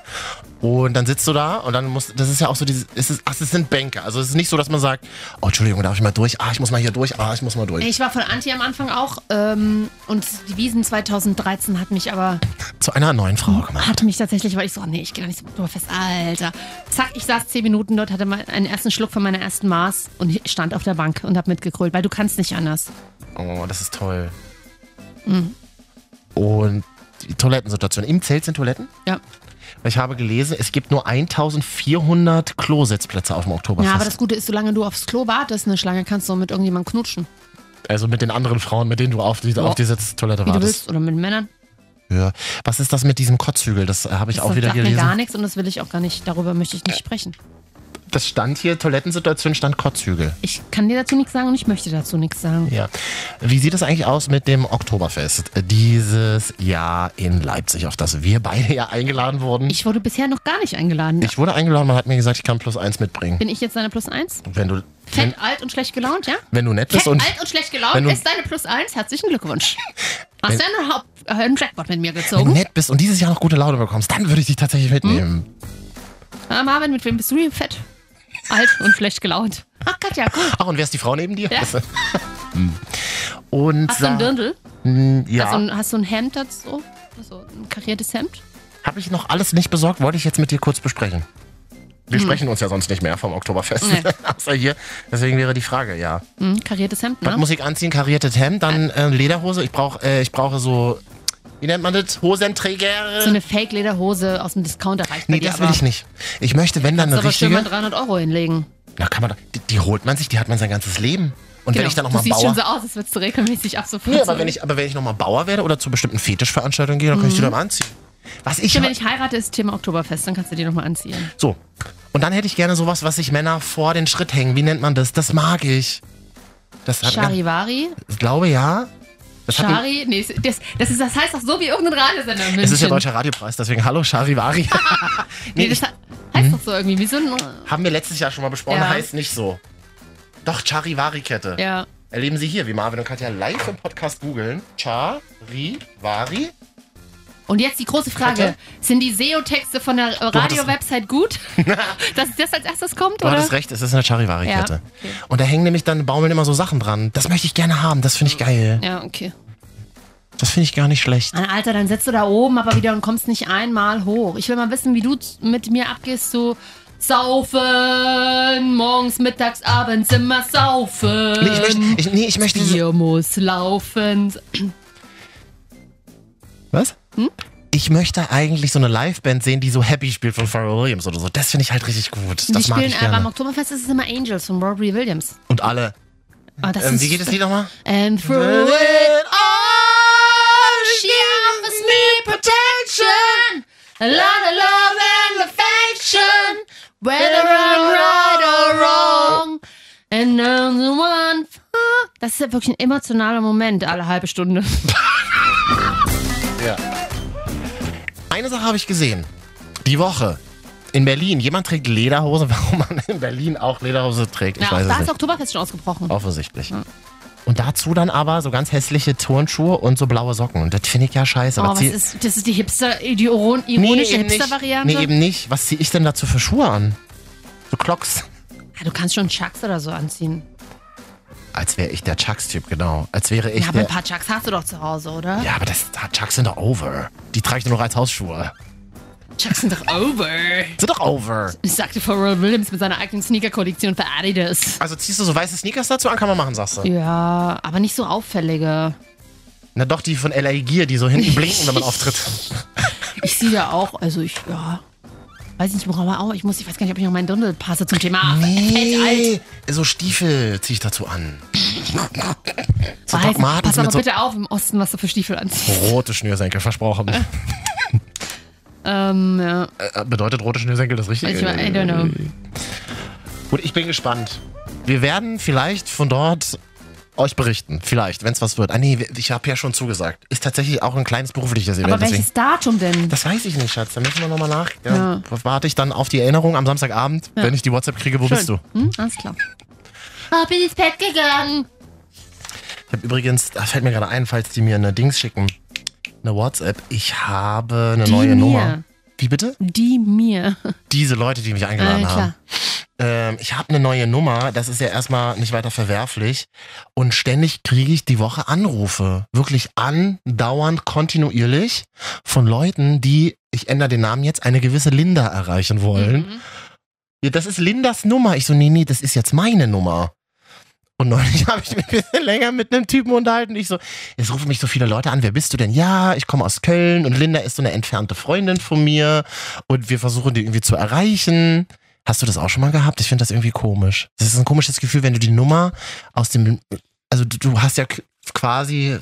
Und dann sitzt du da und dann musst, das ist ja auch so dieses, es ist, ach, es sind Bänke. Also es ist nicht so, dass man sagt, oh, Entschuldigung, darf ich mal durch? Ah, ich muss mal hier durch. Ah, ich muss mal durch. Ich war von Anti am Anfang auch ähm, und die Wiesen 2013 hat mich aber, Zu einer neuen Frau gemacht. hat mich tatsächlich, weil ich so, oh nee, ich gehe doch nicht zum Oktoberfest, Alter. Zack, ich saß zehn Minuten dort, hatte mal einen ersten Schluck von meiner ersten Maß und ich stand auf der Bank und hab mitgekrölt, weil du kannst nicht anders. Oh, das ist toll. Mhm. Und die Toilettensituation. Im Zelt sind Toiletten? Ja. Weil Ich habe gelesen, es gibt nur 1400 Klositzplätze auf dem Oktoberfest. Ja, aber das Gute ist, solange du aufs Klo wartest, eine Schlange kannst du auch mit irgendjemandem knutschen, also mit den anderen Frauen, mit denen du auf, die, auf dieser Toilette wie du wartest. willst, oder mit Männern. Ja. Was ist das mit diesem Kotzhügel? Das äh, habe ich Das auch wieder sagt mir gelesen. gar nichts und das will ich auch gar nicht, darüber möchte ich nicht sprechen. Das stand hier, Toilettensituation stand Kotzhügel. Ich kann dir dazu nichts sagen und ich möchte dazu nichts sagen. Ja. Wie sieht es eigentlich aus mit dem Oktoberfest dieses Jahr in Leipzig, auf das wir beide ja eingeladen wurden? Ich wurde bisher noch gar nicht eingeladen. Ich wurde eingeladen, man hat mir gesagt, ich kann plus eins mitbringen. Bin ich jetzt deine Plus eins? Wenn du, wenn, Fett, alt und schlecht gelaunt, ja? wenn du nett Fett, bist und alt und schlecht wenn gelaunt du- ist deine Plus eins. Herzlichen (laughs) Glückwunsch. Hast du einen, Haupt, äh, einen Jackpot mit mir wenn du gezogen? nett bist und dieses Jahr noch gute Laune bekommst, dann würde ich dich tatsächlich Hm? mitnehmen. Ah, Marvin, mit wem bist du denn fett? Alt und schlecht gelaunt. Ach, Katja, cool. Ach, und wer ist die Frau neben dir? Ja. (laughs) Hm. und Hast du sag- einen Dirndl? Hm, ja, Hast, du also ein, hast du ein Hemd dazu? Also ein kariertes Hemd? habe ich noch alles nicht besorgt, wollte ich jetzt mit dir kurz besprechen. Wir sprechen uns ja sonst nicht mehr vom Oktoberfest. Hm. Nee. (laughs) Außer hier. Deswegen wäre die Frage, ja. Hm, kariertes Hemd, Was ne? muss ich anziehen? Kariertes Hemd, dann äh, Lederhose. Ich brauche äh, ich brauche so, wie nennt man das? Hosenträger. So eine Fake-Lederhose aus dem Discounter reicht nee, bei dir das will ich nicht. Ich möchte, wenn dann Kannst eine aber schön mal richtige. 300 Euro hinlegen. Na, kann man, doch- die, die holt man sich, die hat man sein ganzes Leben. Und wenn ich dann Genau. du nochmal siehst schon so Bauer. aus, als würdest du regelmäßig ab sofort. Nee, aber wenn ich, aber wenn ich nochmal Bauer werde oder zu bestimmten Fetischveranstaltungen gehe, dann kann ich die dann anziehen. Was ich. Stimmt, Mhm. wenn ich heirate, ist Thema Oktoberfest, dann kannst du die nochmal anziehen. so. Und dann hätte ich gerne sowas, was sich Männer vor den Schritt hängen. Wie nennt man das? Das mag ich. Das hat Charivari? ich glaube ja. Das hat mir- Chari? Nee, das, das, ist, das heißt doch so wie irgendein Radiosender. in es ist ja München. deutscher Radiopreis, deswegen hallo (laughs) Charivari. Nee, das Mhm. heißt doch so irgendwie. Wie so ein. Haben wir letztes Jahr schon mal besprochen, Ja. heißt nicht so. Doch, Charivari-Kette. Ja. Erleben Sie hier, wie Marvin und Katja live im Podcast googeln. Charivari. Und jetzt die große Bitte? Frage: Sind die SEO-Texte von der äh, Du hattest- (laughs) Radio-Website gut? Dass das als erstes kommt, Du oder? hattest recht, es ist eine Charivari-Kette. Ja, okay. Und da hängen nämlich dann, baumeln immer so Sachen dran. Das möchte ich gerne haben, das finde ich geil. Ja, okay. Das finde ich gar nicht schlecht. Mann, Alter, dann sitzt du da oben aber wieder und kommst nicht einmal hoch. Ich will mal wissen, wie du z- mit mir abgehst zu Saufen. Morgens, mittags, abends immer saufen. Nee, ich möchte, ich, nee, ich möchte so, Bier muss laufen. Was? Hm? Ich möchte eigentlich so eine Liveband sehen, die so Happy spielt von Pharrell Williams oder so. Das finde ich halt richtig gut. Das die mag spielen ich äh, beim gerne. Oktoberfest ist es immer Angels von Robbie Williams. Und alle. Ah, das Ähm, ist Ähm, wie geht das Lied nochmal? And through it all, she offers me protection. A lot of love and affection, whether I'm right or wrong. And I'm the one. for- Das ist ja wirklich ein emotionaler Moment, alle halbe Stunde. Eine Sache habe ich gesehen. Die Woche. In Berlin. Jemand trägt Lederhose. (laughs) Warum man in Berlin auch Lederhose trägt, ich Ja, weiß es da ist Hm. nicht. Oh, Oktoberfest schon ausgebrochen. Offensichtlich. Und dazu dann aber so ganz hässliche Turnschuhe und so blaue Socken. Und das finde ich ja scheiße. Oh, Was was zieh- ist, das ist die Hipster, die iron- Nee, ironische eben nicht. Hipster-Variante. Nee, eben nicht. Was ziehe ich denn dazu für Schuhe an? So Clocks. ja, du kannst schon Chucks oder so anziehen. Als wäre ich der Chucks-Typ, genau. Als wäre ich Ja, aber der... ein paar Chucks hast du doch zu Hause, oder? ja, aber das, ah, Chucks sind doch over. Die trage ich nur noch als Hausschuhe. Chucks sind doch over. Sind doch over. sagte Pharrell Williams mit seiner eigenen Sneaker-Kollektion für Adidas. Also ziehst du so weiße Sneakers dazu an, kann man machen, sagst du. Ja, aber nicht so auffällige. Na doch, die von (laughs) L.A. Gear, die so hinten blinken, wenn man auftritt. Ich sehe ja auch, also ich, ja. Weiß ich nicht, worauf er auch. Ich muss, ich weiß gar nicht, ob ich noch meinen Dirndl passe zum Thema. Fett alt. so Stiefel ziehe ich dazu (laughs) an. so Weiß, Doc Martens pass aber mit so bitte auf im Osten, was du für Stiefel anziehst. rote Schnürsenkel, versprochen. Äh. Ähm, ja. Äh, Bedeutet rote Schnürsenkel das Ich, richtig? I don't know. Gut, ich bin gespannt. Wir werden vielleicht von dort euch berichten. Vielleicht, wenn es was wird. Ah nee, ich habe ja schon zugesagt. Ist tatsächlich auch ein kleines berufliches Event. Aber welches Datum denn? Das weiß ich nicht, Schatz. Da müssen wir nochmal nach. Ja. Ja. Warte ich dann auf die Erinnerung am Samstagabend, wenn ich die WhatsApp kriege, wo bist du? Hm? Alles klar. Oh, bin ins Bett gegangen. Ich habe übrigens, das fällt mir gerade ein, falls die mir eine Dings schicken, eine WhatsApp. Ich habe eine Die neue mir. Nummer. Wie bitte? Die mir. Diese Leute, die mich Äh, eingeladen haben. klar. Ähm, ich habe eine neue Nummer, das ist ja erstmal nicht weiter verwerflich. Und ständig kriege ich die Woche Anrufe. Wirklich andauernd, kontinuierlich von Leuten, die, ich ändere den Namen jetzt, eine gewisse Linda erreichen wollen. Mhm. Ja, das ist Lindas Nummer. Ich so, nee, nee, das ist jetzt meine Nummer. Und neulich (laughs) habe ich mich ein bisschen länger mit einem Typen unterhalten. Ich so, es rufen mich so viele Leute an, wer bist du denn? Ja, ich komme aus Köln und Linda ist so eine entfernte Freundin von mir und wir versuchen die irgendwie zu erreichen. Hast du das auch schon mal gehabt? Ich finde das irgendwie komisch. Das ist ein komisches Gefühl, wenn du die Nummer aus dem, also du, du hast ja k- quasi,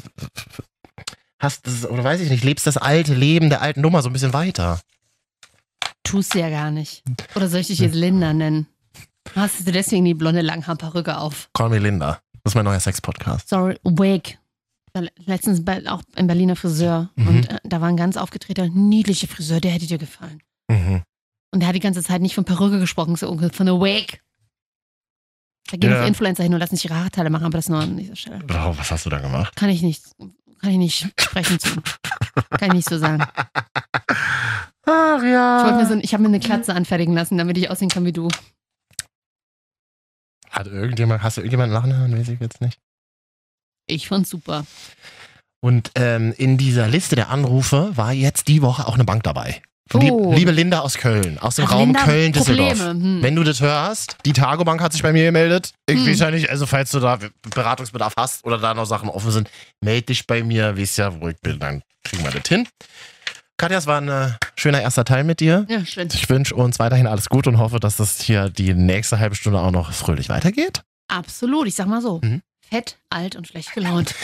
hast das, oder weiß ich nicht, lebst das alte Leben der alten Nummer so ein bisschen weiter. Tust du ja gar nicht. Hm. Oder soll ich dich jetzt Linda nennen? Hast du deswegen die blonde Langhaarperücke auf? Call me Linda. Das ist mein neuer Sex-Podcast. Sorry, Wig. Ich war Letztens bei, auch im Berliner Friseur. Mhm. Und äh, da war ein ganz aufgetreter, niedlicher Friseur, der hätte dir gefallen. Mhm. Und der hat die ganze Zeit nicht von Perücke gesprochen, so ungefähr von der Wig. Da gehen Ja. auch Influencer hin und lassen sich ihre Haarteile machen, aber das nur an dieser Stelle. Wow, was hast du da gemacht? Kann ich nicht, kann ich nicht sprechen zu. Kann ich nicht so sagen. Ach Ich, wollte ja. mir so, ein- ich habe mir eine Klatze anfertigen lassen, damit ich aussehen kann wie du. Hat irgendjemand, hast du irgendjemanden lachen hören? Weiß ich jetzt nicht. Ich fand's super. Und ähm, in dieser Liste der Anrufe war jetzt die Woche auch eine Bank dabei. Lieb, Oh. liebe Linda aus Köln, aus dem Ach, Raum Linda, Köln-Düsseldorf. Probleme. Hm. Wenn du das hörst, die Targo Bank hat sich bei mir gemeldet. Ich Hm. weiß ja nicht, also falls du da Beratungsbedarf hast oder da noch Sachen offen sind, melde dich bei mir, weißt ja, wo ich bin, dann kriegen wir das hin. Katja, es war ein äh, schöner erster Teil mit dir. ja, schön. Ich wünsche uns weiterhin alles Gute und hoffe, dass das hier die nächste halbe Stunde auch noch fröhlich weitergeht. Absolut, ich sag mal so. Mhm. Fett, alt und schlecht gelaunt.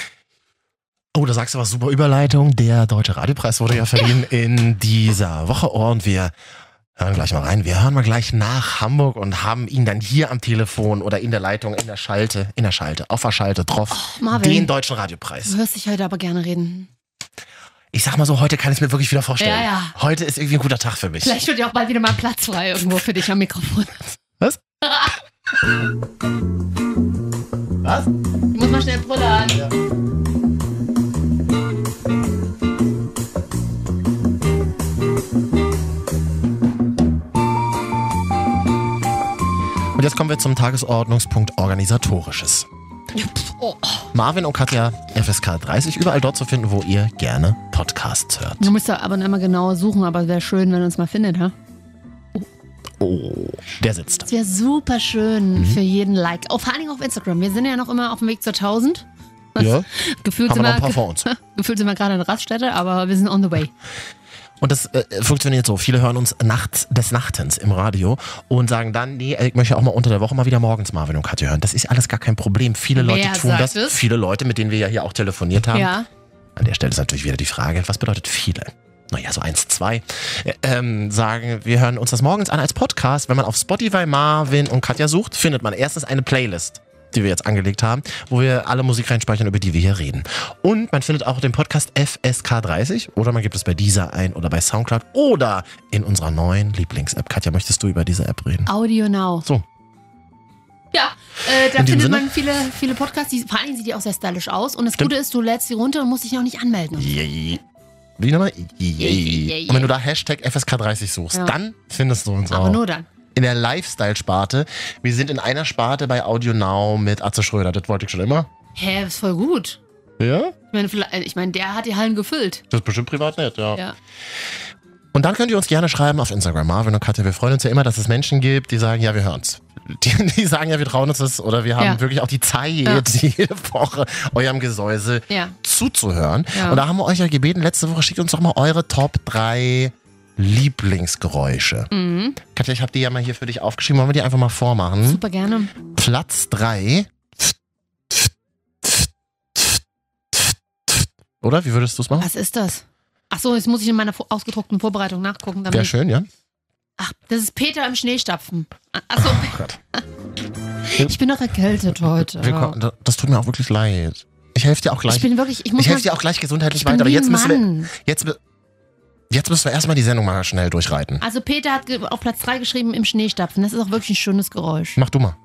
Oh, da sagst du was, super Überleitung. Der Deutsche Radiopreis wurde ja verliehen in dieser Woche. Und wir hören gleich mal rein. Wir hören mal gleich nach Hamburg und haben ihn dann hier am Telefon oder in der Leitung, in der Schalte, in der Schalte, auf der Schalte drauf. Oh, Marvin. den Deutschen Du Radiopreis. hörst dich heute aber gerne reden. Ich sag mal so, heute kann ich es mir wirklich wieder vorstellen. Ja, ja. Heute ist irgendwie ein guter Tag für mich. Vielleicht wird ja auch bald wieder mal ein Platz frei irgendwo für dich am Mikrofon. Was? Was? Ich muss mal schnell brüllern. Und jetzt kommen wir zum Tagesordnungspunkt Organisatorisches. Oh. Marvin und Katja, FSK 30, überall dort zu finden, wo ihr gerne Podcasts hört. Du musst ja aber einmal genauer suchen, aber es wäre schön, wenn du uns mal findet, ha? Oh, der sitzt. Es wäre super Mhm. schön für jeden Like. Oh, vor allen Dingen auf Instagram. Wir sind ja noch immer auf dem Weg zur 1000. Ja, Gefühlt haben sind wir noch ein wir, paar vor uns. (laughs) gefühlt sind wir gerade in Raststätte, aber wir sind on the way. Und das äh, funktioniert so. Viele hören uns nachts des Nachtens im Radio und sagen dann, nee, ich möchte auch mal unter der Woche mal wieder morgens Marvin und Katja hören. Das ist alles gar kein Problem. Viele Leute Wer tun sagt das. es? Viele Leute, mit denen wir ja hier auch telefoniert haben. Ja. An der Stelle ist natürlich wieder die Frage, was bedeutet viele? Naja, so eins, zwei. Äh, Ähm, sagen, wir hören uns das morgens an als Podcast. Wenn man auf Spotify Marvin und Katja sucht, findet man erstens eine Playlist, die wir jetzt angelegt haben, wo wir alle Musik reinspeichern, über die wir hier reden. Und man findet auch den Podcast FSK30 oder man gibt es bei dieser ein oder bei Soundcloud oder in unserer neuen Lieblings-App. Katja, möchtest du über diese App reden? Audio Now. So. Ja, äh, da In dem findet Sinne? man viele, viele Podcasts. Die, vor allen Dingen sieht die auch sehr stylisch aus. Und das Stimmt. Gute ist, du lädst sie runter und musst dich auch nicht anmelden. Yay. Wie nochmal? Yay. Yay. Und wenn du da Hashtag FSK30 suchst, Ja. dann findest du uns auch. Aber nur dann. in der Lifestyle-Sparte. Wir sind in einer Sparte bei Audio Now mit Atze Schröder. Das wollte ich schon immer. Hä, ist voll gut. Ja? Ich meine, vielleicht- äh, ich meine, der hat die Hallen gefüllt. Das ist bestimmt privat nett, ja. Ja. Und dann könnt ihr uns gerne schreiben auf Instagram, Marvin und Katja. Wir freuen uns ja immer, dass es Menschen gibt, die sagen, ja, wir hören's. Die, die sagen ja, wir trauen uns das oder wir haben Ja. wirklich auch die Zeit, Ja. (laughs) jede Woche eurem Gesäuse Ja. zuzuhören. Ja. Und da haben wir euch ja gebeten, letzte Woche schickt uns doch mal eure Top 3 Lieblingsgeräusche. Mhm. Katja, ich habe die ja mal hier für dich aufgeschrieben. Wollen wir die einfach mal vormachen? Super gerne. Platz 3. Oder? Wie würdest du es machen? Was ist das? Ach so, jetzt muss ich in meiner vor- ausgedruckten Vorbereitung nachgucken. Wäre Damit schön, ja? Ach, das ist Peter im Schneestapfen. Ah, Ach so, Oh Gott. (laughs) ich bin doch erkältet heute. Oh. Wir ko- da- das tut mir auch wirklich leid. Ich helfe dir auch Ich gleich. bin wirklich, ich muss Ich helfe dir mal, auch gleich gesundheitlich ich bin weiter. Aber wie jetzt ein müssen wir, Mann. jetzt, be- jetzt müssen wir erstmal die Sendung mal schnell durchreiten. Also Peter hat ge- auf Platz 3 geschrieben im Schneestapfen. Das ist auch wirklich ein schönes Geräusch. Mach du mal.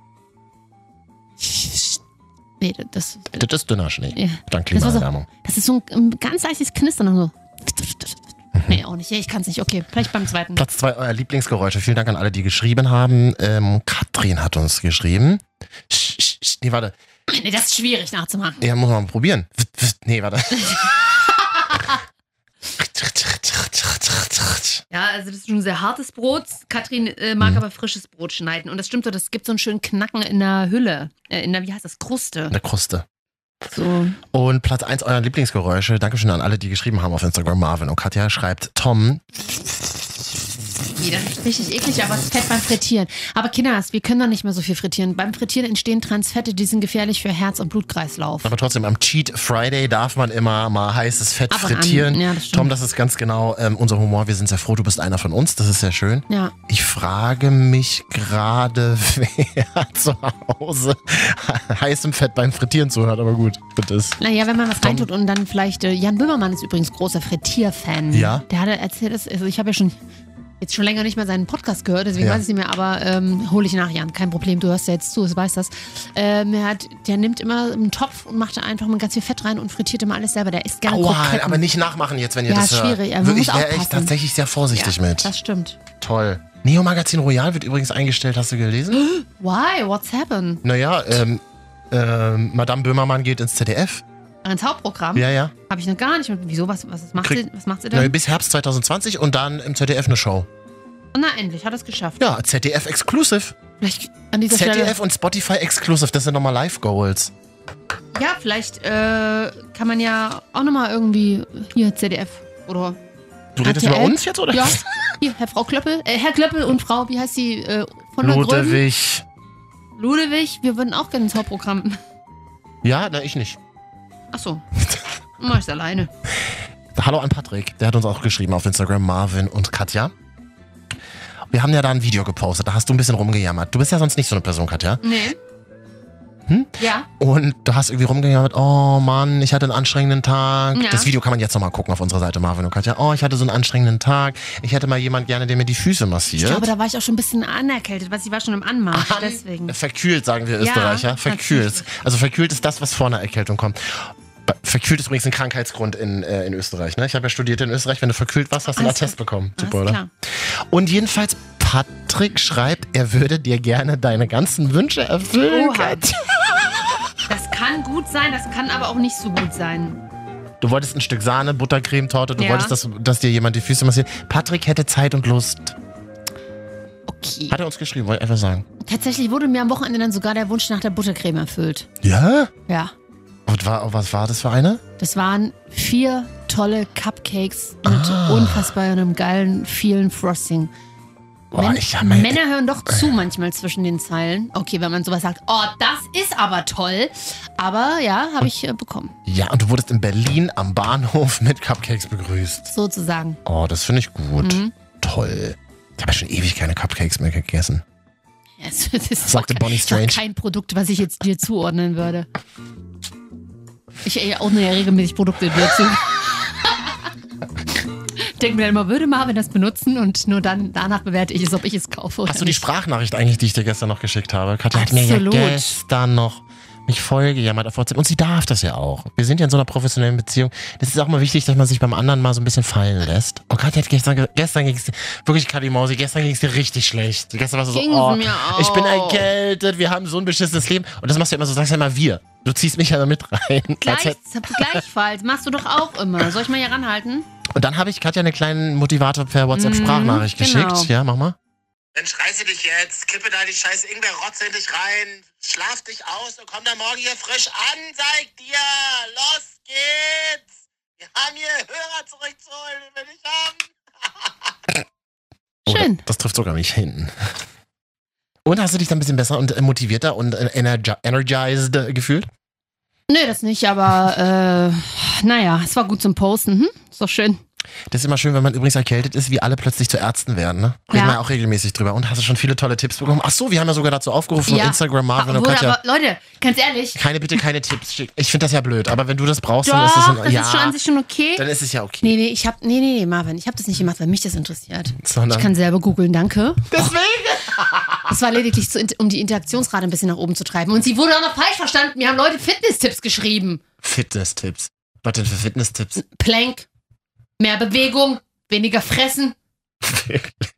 Nee, das, Das ist dünner Schnee. Ja. Dank Das war so- Klimaerwärmung. das ist so ein, ein ganz leichtes Knistern. und So. Nee, auch nicht. Ja, Ich kann es nicht. Okay, vielleicht beim zweiten. Platz zwei euer Lieblingsgeräusche. Vielen Dank an alle, die geschrieben haben. Ähm, Katrin hat uns geschrieben. Sch, sch, sch, nee, warte. Nee, das ist schwierig nachzumachen. Ja, muss man mal probieren. Nee, warte. (laughs) Ja, also das ist schon ein sehr hartes Brot. Katrin äh, mag aber frisches Brot schneiden. Und das stimmt doch, das gibt so einen schönen Knacken in der Hülle. Äh, in der, wie heißt das, Kruste. Eine Kruste. So. Und Platz eins eurer Lieblingsgeräusche. Dankeschön an alle, die geschrieben haben auf Instagram. Marvin und Katja schreibt Tom. Nee, das ist richtig eklig, aber es fett beim Frittieren. Aber Kinders, wir können doch nicht mehr so viel frittieren. Beim Frittieren entstehen Transfette, die sind gefährlich für Herz- und Blutkreislauf. Aber trotzdem, am Cheat Friday darf man immer mal heißes Fett Ab und an. frittieren. Ja, das stimmt. Tom, das ist ganz genau ähm, unser Humor. Wir sind sehr froh, du bist einer von uns. Das ist sehr schön. Ja. Ich frage mich gerade, (laughs) wer zu Hause (laughs) heißem Fett beim Frittieren zuhört, aber gut, bitte ist. Naja, wenn man was reintut und dann vielleicht. Äh, Jan Böhmermann ist übrigens großer Frittierfan. Ja. Der hatte erzählt, das- also ich habe ja schon. Jetzt schon länger nicht mehr seinen Podcast gehört, deswegen Ja. weiß ich es nicht mehr, aber ähm, hole ich nach, Jan. Kein Problem, du hörst ja jetzt zu, du weißt das. Ähm, er hat, der nimmt immer einen Topf und macht da einfach mal ganz viel Fett rein und frittiert immer alles selber. Der isst gerne Aua, Kroketten. aber nicht nachmachen jetzt, wenn ihr Ja, das ist hört. schwierig, aber man Wirklich, muss ich wäre echt aufpassen. tatsächlich sehr vorsichtig mit. Das stimmt. Toll. Neo Magazin Royal wird übrigens eingestellt, hast du gelesen? Why? What's happened? Naja, ähm, ähm, Madame Böhmermann geht ins ZDF. Ins Hauptprogramm? Ja, ja. Habe ich noch gar nicht. mit- Wieso? Was, was, macht, Krieg- sie, was macht sie Na, denn? bis Herbst 2020 und dann im ZDF eine Show. Oh, Na, endlich, hat es geschafft. Ja, E ZDF Exclusive. Vielleicht an dieser ZDF Stelle. und Spotify Exclusive, das sind nochmal Live-Goals. Ja, vielleicht äh, kann man ja auch nochmal irgendwie hier ZDF oder. Du redest RTL? über uns jetzt, oder? Ja, (laughs) hier, Herr Frau Klöppel, äh, Herr Klöppel und Frau, wie heißt sie? Äh, von der Gröben? Ludewig. Ludewig, wir würden auch gerne (laughs) ins Hauptprogramm. Ja, na, ich nicht. Achso. Mach ich's alleine. Hallo an Patrick, der hat uns auch geschrieben auf Instagram, Marvin und Katja. Wir haben ja da ein Video gepostet, da hast du ein bisschen rumgejammert. Du bist ja sonst nicht so eine Person, Katja. Nee. Hm? Ja. Und du hast irgendwie rumgejammert, oh Mann, ich hatte einen anstrengenden Tag. Ja. Das Video kann man jetzt nochmal gucken auf unserer Seite, Marvin und Katja. Oh, ich hatte so einen anstrengenden Tag. Ich hätte mal jemand gerne, der mir die Füße massiert. Ich (laughs) glaube, da war ich auch schon ein bisschen anerkältet, was ich war schon im Anmarsch. Deswegen. Verkühlt, sagen wir Ja, Österreicher. Verkühlt. tatsächlich. Also verkühlt ist das, was vor einer Erkältung kommt. Ba- Verkühlt ist übrigens ein Krankheitsgrund in, äh, in Österreich. Ne? Ich habe ja studiert in Österreich. Wenn du verkühlt warst, hast du einen Alles Attest bekommen. Super, Alles oder? klar. Und jedenfalls, Patrick schreibt, er würde dir gerne deine ganzen Wünsche erfüllen. Oha. Katja. Oh, halt. Das kann gut sein, das kann aber auch nicht so gut sein. Du wolltest ein Stück Sahne, Buttercreme, Torte. Du Ja. wolltest, dass, dass dir jemand die Füße massiert. Patrick hätte Zeit und Lust. Okay. Hat er uns geschrieben, wollte ich einfach sagen. Tatsächlich wurde mir am Wochenende dann sogar der Wunsch nach der Buttercreme erfüllt. Ja? Ja. Und war, was war das für eine? Das waren vier tolle Cupcakes mit Ah. unfassbar einem geilen, vielen Frosting. Boah, Men- Oh, ich hab mir- Äh. Männer hören doch zu manchmal zwischen den Zeilen. Okay, wenn man sowas sagt, oh, das ist aber toll. Aber ja, habe ich äh, bekommen, Ja, und du wurdest in Berlin am Bahnhof mit Cupcakes begrüßt. sozusagen. Oh, das finde ich gut. Mhm. Toll. Ich habe ja schon ewig keine Cupcakes mehr gegessen. Es, es ist Sagte doch, Bonnie ist doch Strange. kein Produkt, was ich jetzt dir zuordnen würde. Ich äh, ordne ja regelmäßig Produkte dir zu. (laughs) Denk mir immer, würde Marvin das benutzen und nur dann danach bewerte ich es, ob ich es kaufe oder Hast du die nicht. Sprachnachricht eigentlich, die ich dir gestern noch geschickt habe? Katja hat mir ja Absolut. gestern noch mich vollgejammert auf WhatsApp. Und sie darf das ja auch. Wir sind ja in so einer professionellen Beziehung. Das ist auch mal wichtig, dass man sich beim anderen mal so ein bisschen fallen lässt. Und Katja hat gestern, ge- gestern ging's dir, wirklich Kathi Mausi, gestern ging's dir richtig schlecht. Gestern warst du so, Ging's oh, mir ich bin auch. erkältet, wir haben so ein beschissenes Leben. Und das machst du ja immer so, sagst ja immer wir. Du ziehst mich ja immer mit rein. Als Gleich, hätt- gleichfalls, machst du doch auch immer. Soll ich mal hier ranhalten? Und dann habe ich Katja einen kleinen Motivator per WhatsApp-Sprachnachricht Mhm, genau. geschickt. Ja, mach mal. Mensch, reiße dich jetzt, kippe da die scheiß Ingwer-Rotze in dich rein, schlaf dich aus und komm da morgen hier frisch an, sag dir, los geht's! Wir haben hier Hörer zurückzuholen, die wir nicht haben. Schön. Oh, Das trifft sogar mich hinten. Und hast du dich dann ein bisschen besser und äh, motivierter und äh, energi- energized äh, gefühlt? Nö, das nicht, aber äh, naja, es war gut zum Posten. Hm? Ist doch schön. Das ist immer schön, wenn man übrigens erkältet ist, wie alle plötzlich zu Ärzten werden. Ne? Reden Ja. wir auch regelmäßig drüber. Und hast du schon viele tolle Tipps bekommen? Ach so, wir haben ja sogar dazu aufgerufen Ja. auf Instagram, Marvin und Wurde Katja. aber, Leute, ganz ehrlich, Keine, bitte keine Tipps schicken. Ich finde das ja blöd, aber wenn du das brauchst, dann ist es doch, in, das ja, ist schon an sich schon okay. dann ist es ja okay. Nee, nee, ich hab, nee, nee, nee, Marvin, ich habe das nicht gemacht, weil mich das interessiert. Sondern Ich kann selber googeln, danke. Deswegen? Es war lediglich, zu, um die Interaktionsrate ein bisschen nach oben zu treiben. Und sie wurde auch noch falsch verstanden. Mir haben Leute Fitness-Tipps geschrieben. Fitness-Tipps. Was denn für Fitness-Tipps? (laughs) Plank, mehr Bewegung, weniger fressen.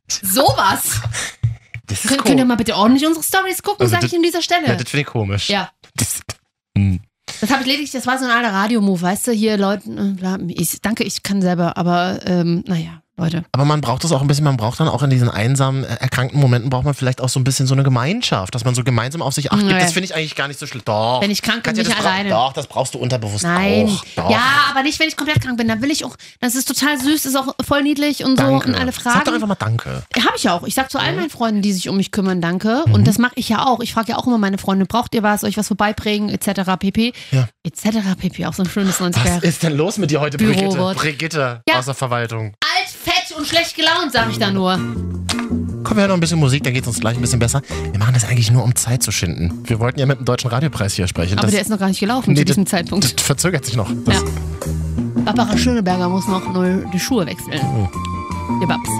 Sowas. Das ist Kön komisch. Könnt ihr mal bitte ordentlich unsere Stories gucken, Also sag das- ich an dieser Stelle. ja, Ja, das finde ich komisch. Das, das habe ich lediglich, das war so ein alter Radiomove, weißt du, hier Leuten, äh, bla, ich, danke, ich kann selber, aber ähm, naja, Leute. Aber man braucht das auch ein bisschen, man braucht dann auch in diesen einsamen, äh, erkrankten Momenten, braucht man vielleicht auch so ein bisschen so eine Gemeinschaft, dass man so gemeinsam auf sich acht gibt. Nee. Das finde ich eigentlich gar nicht so schlimm. Doch. Wenn ich krank bin, Katja, bin ich das brauch- alleine. Doch, das brauchst du unterbewusst Nein. auch. Doch. Ja, aber nicht, wenn ich komplett krank bin. Dann will ich auch. Das ist total süß, ist auch voll niedlich und so danke. und alle Sag doch einfach Fragen. mal Mhm. Danke. Habe ich auch. Ich sag zu all meinen Freunden, die sich um mich kümmern, danke. Und das mache ich ja auch. Ich frage ja auch immer meine Freunde, braucht ihr was, euch was vorbeibringen, etc. pp. Ja. Etc. pp. Auch so ein schönes 90er. Was ist denn los mit dir heute, Brigitte? Bürowort. Brigitte Ja. aus der Verwaltung. Alt, fett und schlecht gelaunt, sag Mhm. ich da nur. Komm, wir hören noch ein bisschen Musik, dann geht's uns gleich ein bisschen besser. Wir machen das eigentlich nur, um Zeit zu schinden. Wir wollten ja mit dem Deutschen Radiopreis hier sprechen. Aber das, der ist noch gar nicht gelaufen Nee, zu diesem das- Zeitpunkt. das verzögert sich noch. Das, Ja. Barbara Schöneberger muss noch neu die Schuhe wechseln. Oh. Der Babsi.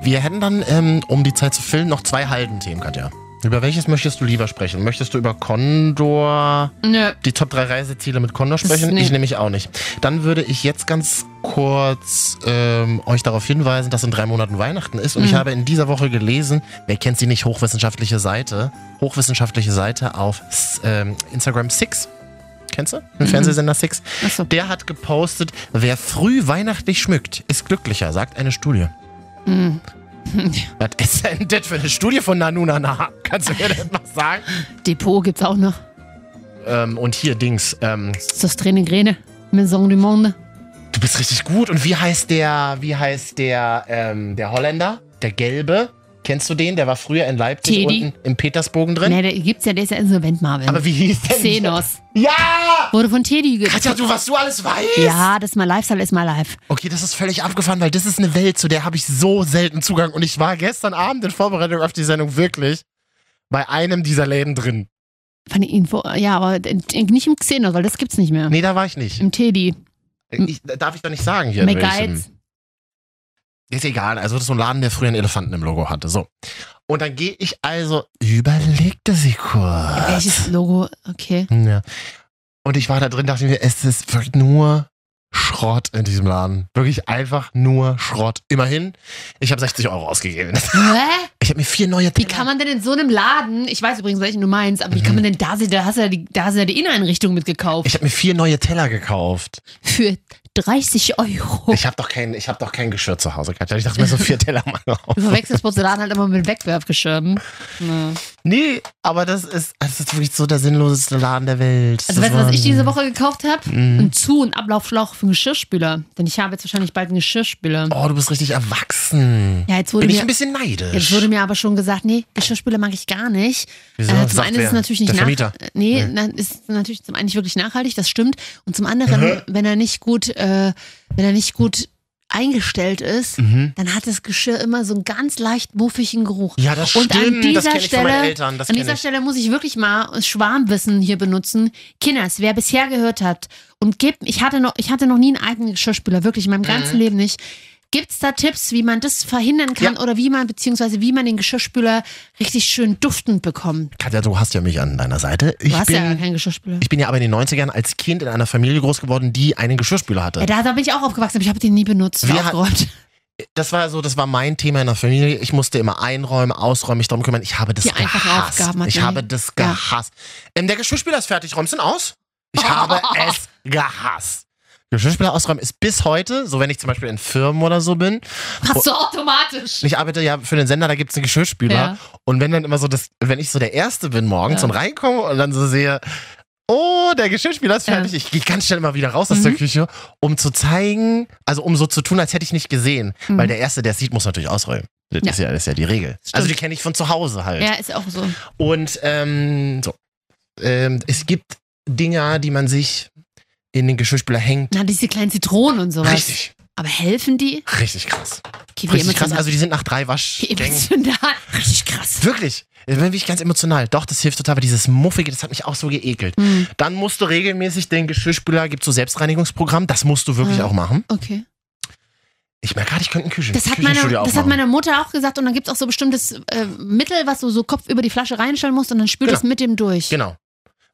Wir hätten dann, ähm, um die Zeit zu füllen, noch zwei Halden-Themen, Katja. Über welches möchtest du lieber sprechen? Möchtest du über Condor, Nö. die Top 3 Reiseziele mit Condor ist sprechen? nee. Ich nehme mich auch nicht. Dann würde ich jetzt ganz kurz ähm, euch darauf hinweisen, dass in drei Monaten Weihnachten ist. Und ich habe in dieser Woche gelesen, wer kennt sie nicht, hochwissenschaftliche Seite, hochwissenschaftliche Seite auf s- ähm, Instagram 6. Kennst du? Im Fernsehsender 6. Achso. Der hat gepostet, wer früh weihnachtlich schmückt, ist glücklicher, sagt eine Studie. (laughs) Was ist denn das für eine Studie von Nanunana? Kannst du mir das mal sagen? Depot gibt's auch noch. Ähm, und hier, Dings, ähm, Das Training Rene. Maison du Monde. du bist richtig gut. Und wie heißt der, wie heißt der, ähm, der Holländer? Der Gelbe? Kennst du den? Der war früher in Leipzig Teddy. unten im Petersbogen drin. Nee, der gibt's ja, der ist ja insolvent, Marvin. Aber wie hieß der? Xenos. Ja! Wurde von Teddy ge. Katja, du, was du alles weißt! Ja, das ist mal Lifestyle, ist mal live. Okay, das ist völlig abgefahren, weil das ist eine Welt, zu der habe ich so selten Zugang. Und ich war gestern Abend in Vorbereitung auf die Sendung wirklich bei einem dieser Läden drin. Von der Info. Ja, aber d- d- nicht im Xenos, weil das gibt's nicht mehr. Nee, da war ich nicht. Im Teddy. Ich, darf ich doch nicht sagen hier. in welchem. McGuides. Ist egal, also das ist so ein Laden, der früher einen Elefanten im Logo hatte. So. Und dann gehe ich also, überlegte sie kurz. Welches Logo? Okay. Ja. Und ich war da drin, dachte mir, es ist wirklich nur Schrott in diesem Laden. Wirklich einfach nur Schrott. Immerhin, ich habe 60 Euro ausgegeben. (laughs) Hä? Ich habe mir vier neue Wie Teller kann man denn in so einem Laden, ich weiß übrigens, welchen du meinst, aber wie kann man Mhm. denn da sehen, da hast du ja die, da hast du ja die Inneneinrichtung mitgekauft. Ich habe mir vier neue Teller gekauft. Für 30 Euro. Ich habe doch, kein- ich hab doch kein Geschirr zu Hause, Katja. Ich dachte mir so (laughs) vier Teller mal auf. Du verwechselst Porzellan halt immer mit (laughs) Ne. Wegwerfgeschirren. Na. Nee, aber das ist, das ist wirklich so der sinnloseste Laden der Welt. Also Das weißt du, was war- ich diese Woche gekauft habe? Mhm. Ein Zu- und Ablaufschlauch für einen Geschirrspüler. Denn ich habe jetzt wahrscheinlich bald einen Geschirrspüler. Oh, du bist richtig erwachsen. Ja, jetzt wurde, Bin ich mir, ein bisschen neidisch. jetzt wurde mir aber schon gesagt, nee, Geschirrspüler mag ich gar nicht. Wieso? Äh, zum Sagt einen wer? ist es natürlich nicht Der nach, Vermieter. äh, nee, na, ist natürlich zum einen nicht wirklich nachhaltig, das stimmt. Und zum anderen, wenn er nicht gut, äh, wenn er nicht gut eingestellt ist, Mhm. dann hat das Geschirr immer so einen ganz leicht muffigen Geruch. Ja, das Und an stimmt. dieser Das kenne ich von Stelle, meinen Eltern. Das an kenne dieser ich. Stelle muss ich wirklich mal Schwarmwissen hier benutzen. Kinders, wer bisher gehört hat und gibt, ich hatte noch, ich hatte noch nie einen eigenen Geschirrspüler, wirklich in meinem Mhm. ganzen Leben nicht. Gibt's da Tipps, wie man das verhindern kann Ja. oder wie man beziehungsweise wie man den Geschirrspüler richtig schön duftend bekommt? Katja, du hast ja mich an deiner Seite. Du Ich hast bin, ja keinen Geschirrspüler. ich bin ja aber in den 90ern als Kind in einer Familie groß geworden, die einen Geschirrspüler hatte. Ja, da, da bin ich auch aufgewachsen, aber ich habe den nie benutzt. Wir Wir aufgeräumt. (laughs) das war so, das war mein Thema in der Familie. Ich musste immer einräumen, ausräumen, mich darum kümmern. Ich habe das Die einfachen gehasst. Aufgaben hat ich man habe nie. das Ja. Oh. gehasst. Ähm, der Geschirrspüler ist fertig. Räumst du ihn aus? Ich habe es gehasst. Geschirrspüler ausräumen ist bis heute, so wenn ich zum Beispiel in Firmen oder so bin. Hast du automatisch. Ich arbeite ja für den Sender, da gibt es einen Geschirrspüler. Ja. Und wenn dann immer so das, wenn ich so der Erste bin morgens Ja. und reinkomme und dann so sehe, Oh, der Geschirrspüler ist Ja. Mhm. fertig. Ich gehe ganz schnell mal wieder raus aus der Küche, um zu zeigen, also um so zu tun, als hätte ich nicht gesehen. Weil der Erste, der es sieht, muss natürlich ausräumen. Das, Mhm. Ja. Ist, ja, das ist ja die Regel. Also die kenne ich von zu Hause halt. Ja, ist auch so. Und ähm, so. Ähm, es gibt Dinger, die man sich in den Geschirrspüler hängt. Na, diese kleinen Zitronen und sowas. Richtig, Aber helfen die? richtig krass. Okay, wie Richtig krass. emotional. Also die sind nach drei wie Waschgängen emotional. Richtig krass. Wirklich. Dann bin ich ganz emotional. Doch, das hilft total, aber dieses Muffige, das hat mich auch so geekelt. Hm, Dann musst du regelmäßig den Geschirrspüler, gibt so Selbstreinigungsprogramm, das musst du wirklich Ah. auch machen. okay. Ich merke gerade, ich könnte ein Küchen Das hat, meine, Küchenstudio das hat aufmachen. meine Mutter auch gesagt. Und dann gibt es auch so bestimmtes äh, Mittel, was du so Kopf über die Flasche reinstellen musst und dann spült Genau. es mit dem durch. Genau.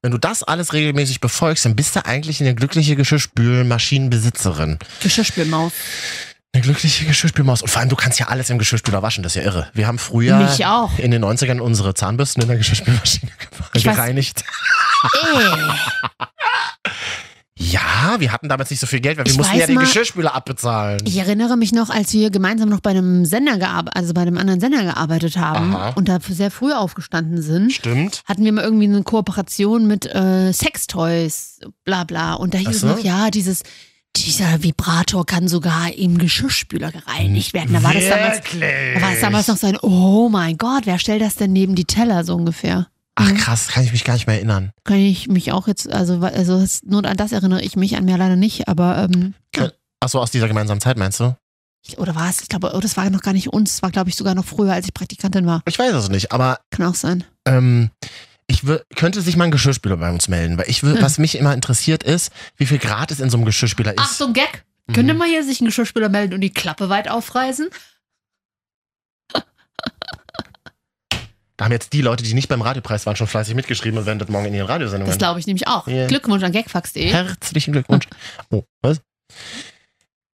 Wenn du das alles regelmäßig befolgst, dann bist du eigentlich eine glückliche Geschirrspülmaschinenbesitzerin. Geschirrspülmaus. Eine glückliche Geschirrspülmaus. Und vor allem, du kannst ja alles im Geschirrspüler waschen, das ist ja irre. Wir haben früher Mich auch. in den 90ern unsere Zahnbürsten in der Geschirrspülmaschine (laughs) Ich weiß- gereinigt. Ja, wir hatten damals nicht so viel Geld, weil wir Ich mussten weiß ja den mal- Geschirrspüler abbezahlen. Ich erinnere mich noch, als wir gemeinsam noch bei einem Sender gearbeitet, also bei einem anderen Sender gearbeitet haben Aha. und da sehr früh aufgestanden sind, Stimmt. hatten wir mal irgendwie eine Kooperation mit äh, Sextoys, bla bla. Und da hieß Ach es so. noch, ja, dieses, dieser Vibrator kann sogar im Geschirrspüler gereinigt werden. Da war das damals, Wirklich? da war es damals noch so ein, oh mein Gott, wer stellt das denn neben die Teller so ungefähr? Ach krass, kann ich mich gar nicht mehr erinnern. Kann ich mich auch jetzt, also, wa- also es- nur an das erinnere ich mich an mir leider nicht, aber ähm, Ach so, aus dieser gemeinsamen Zeit meinst du? ich, oder war es? Ich glaube, oh, das war noch gar nicht uns, das war, glaube ich, sogar noch früher, als ich Praktikantin war. Ich weiß es nicht, aber Kann auch sein. ähm, ich wür- könnte sich mal ein Geschirrspüler bei uns melden, weil ich will, Hm. was mich immer interessiert ist, wie viel Grad es in so einem Geschirrspüler ist. Ach, so ein Gag. Mhm. Könnte man hier sich einen Geschirrspüler melden und die Klappe weit aufreißen? Da haben jetzt die Leute, die nicht beim Radiopreis waren, schon fleißig mitgeschrieben und werden das morgen in ihren Radiosendungen. Das glaube ich nämlich auch. Ja. Glückwunsch an gagfax.de. Herzlichen Glückwunsch. Oh, was?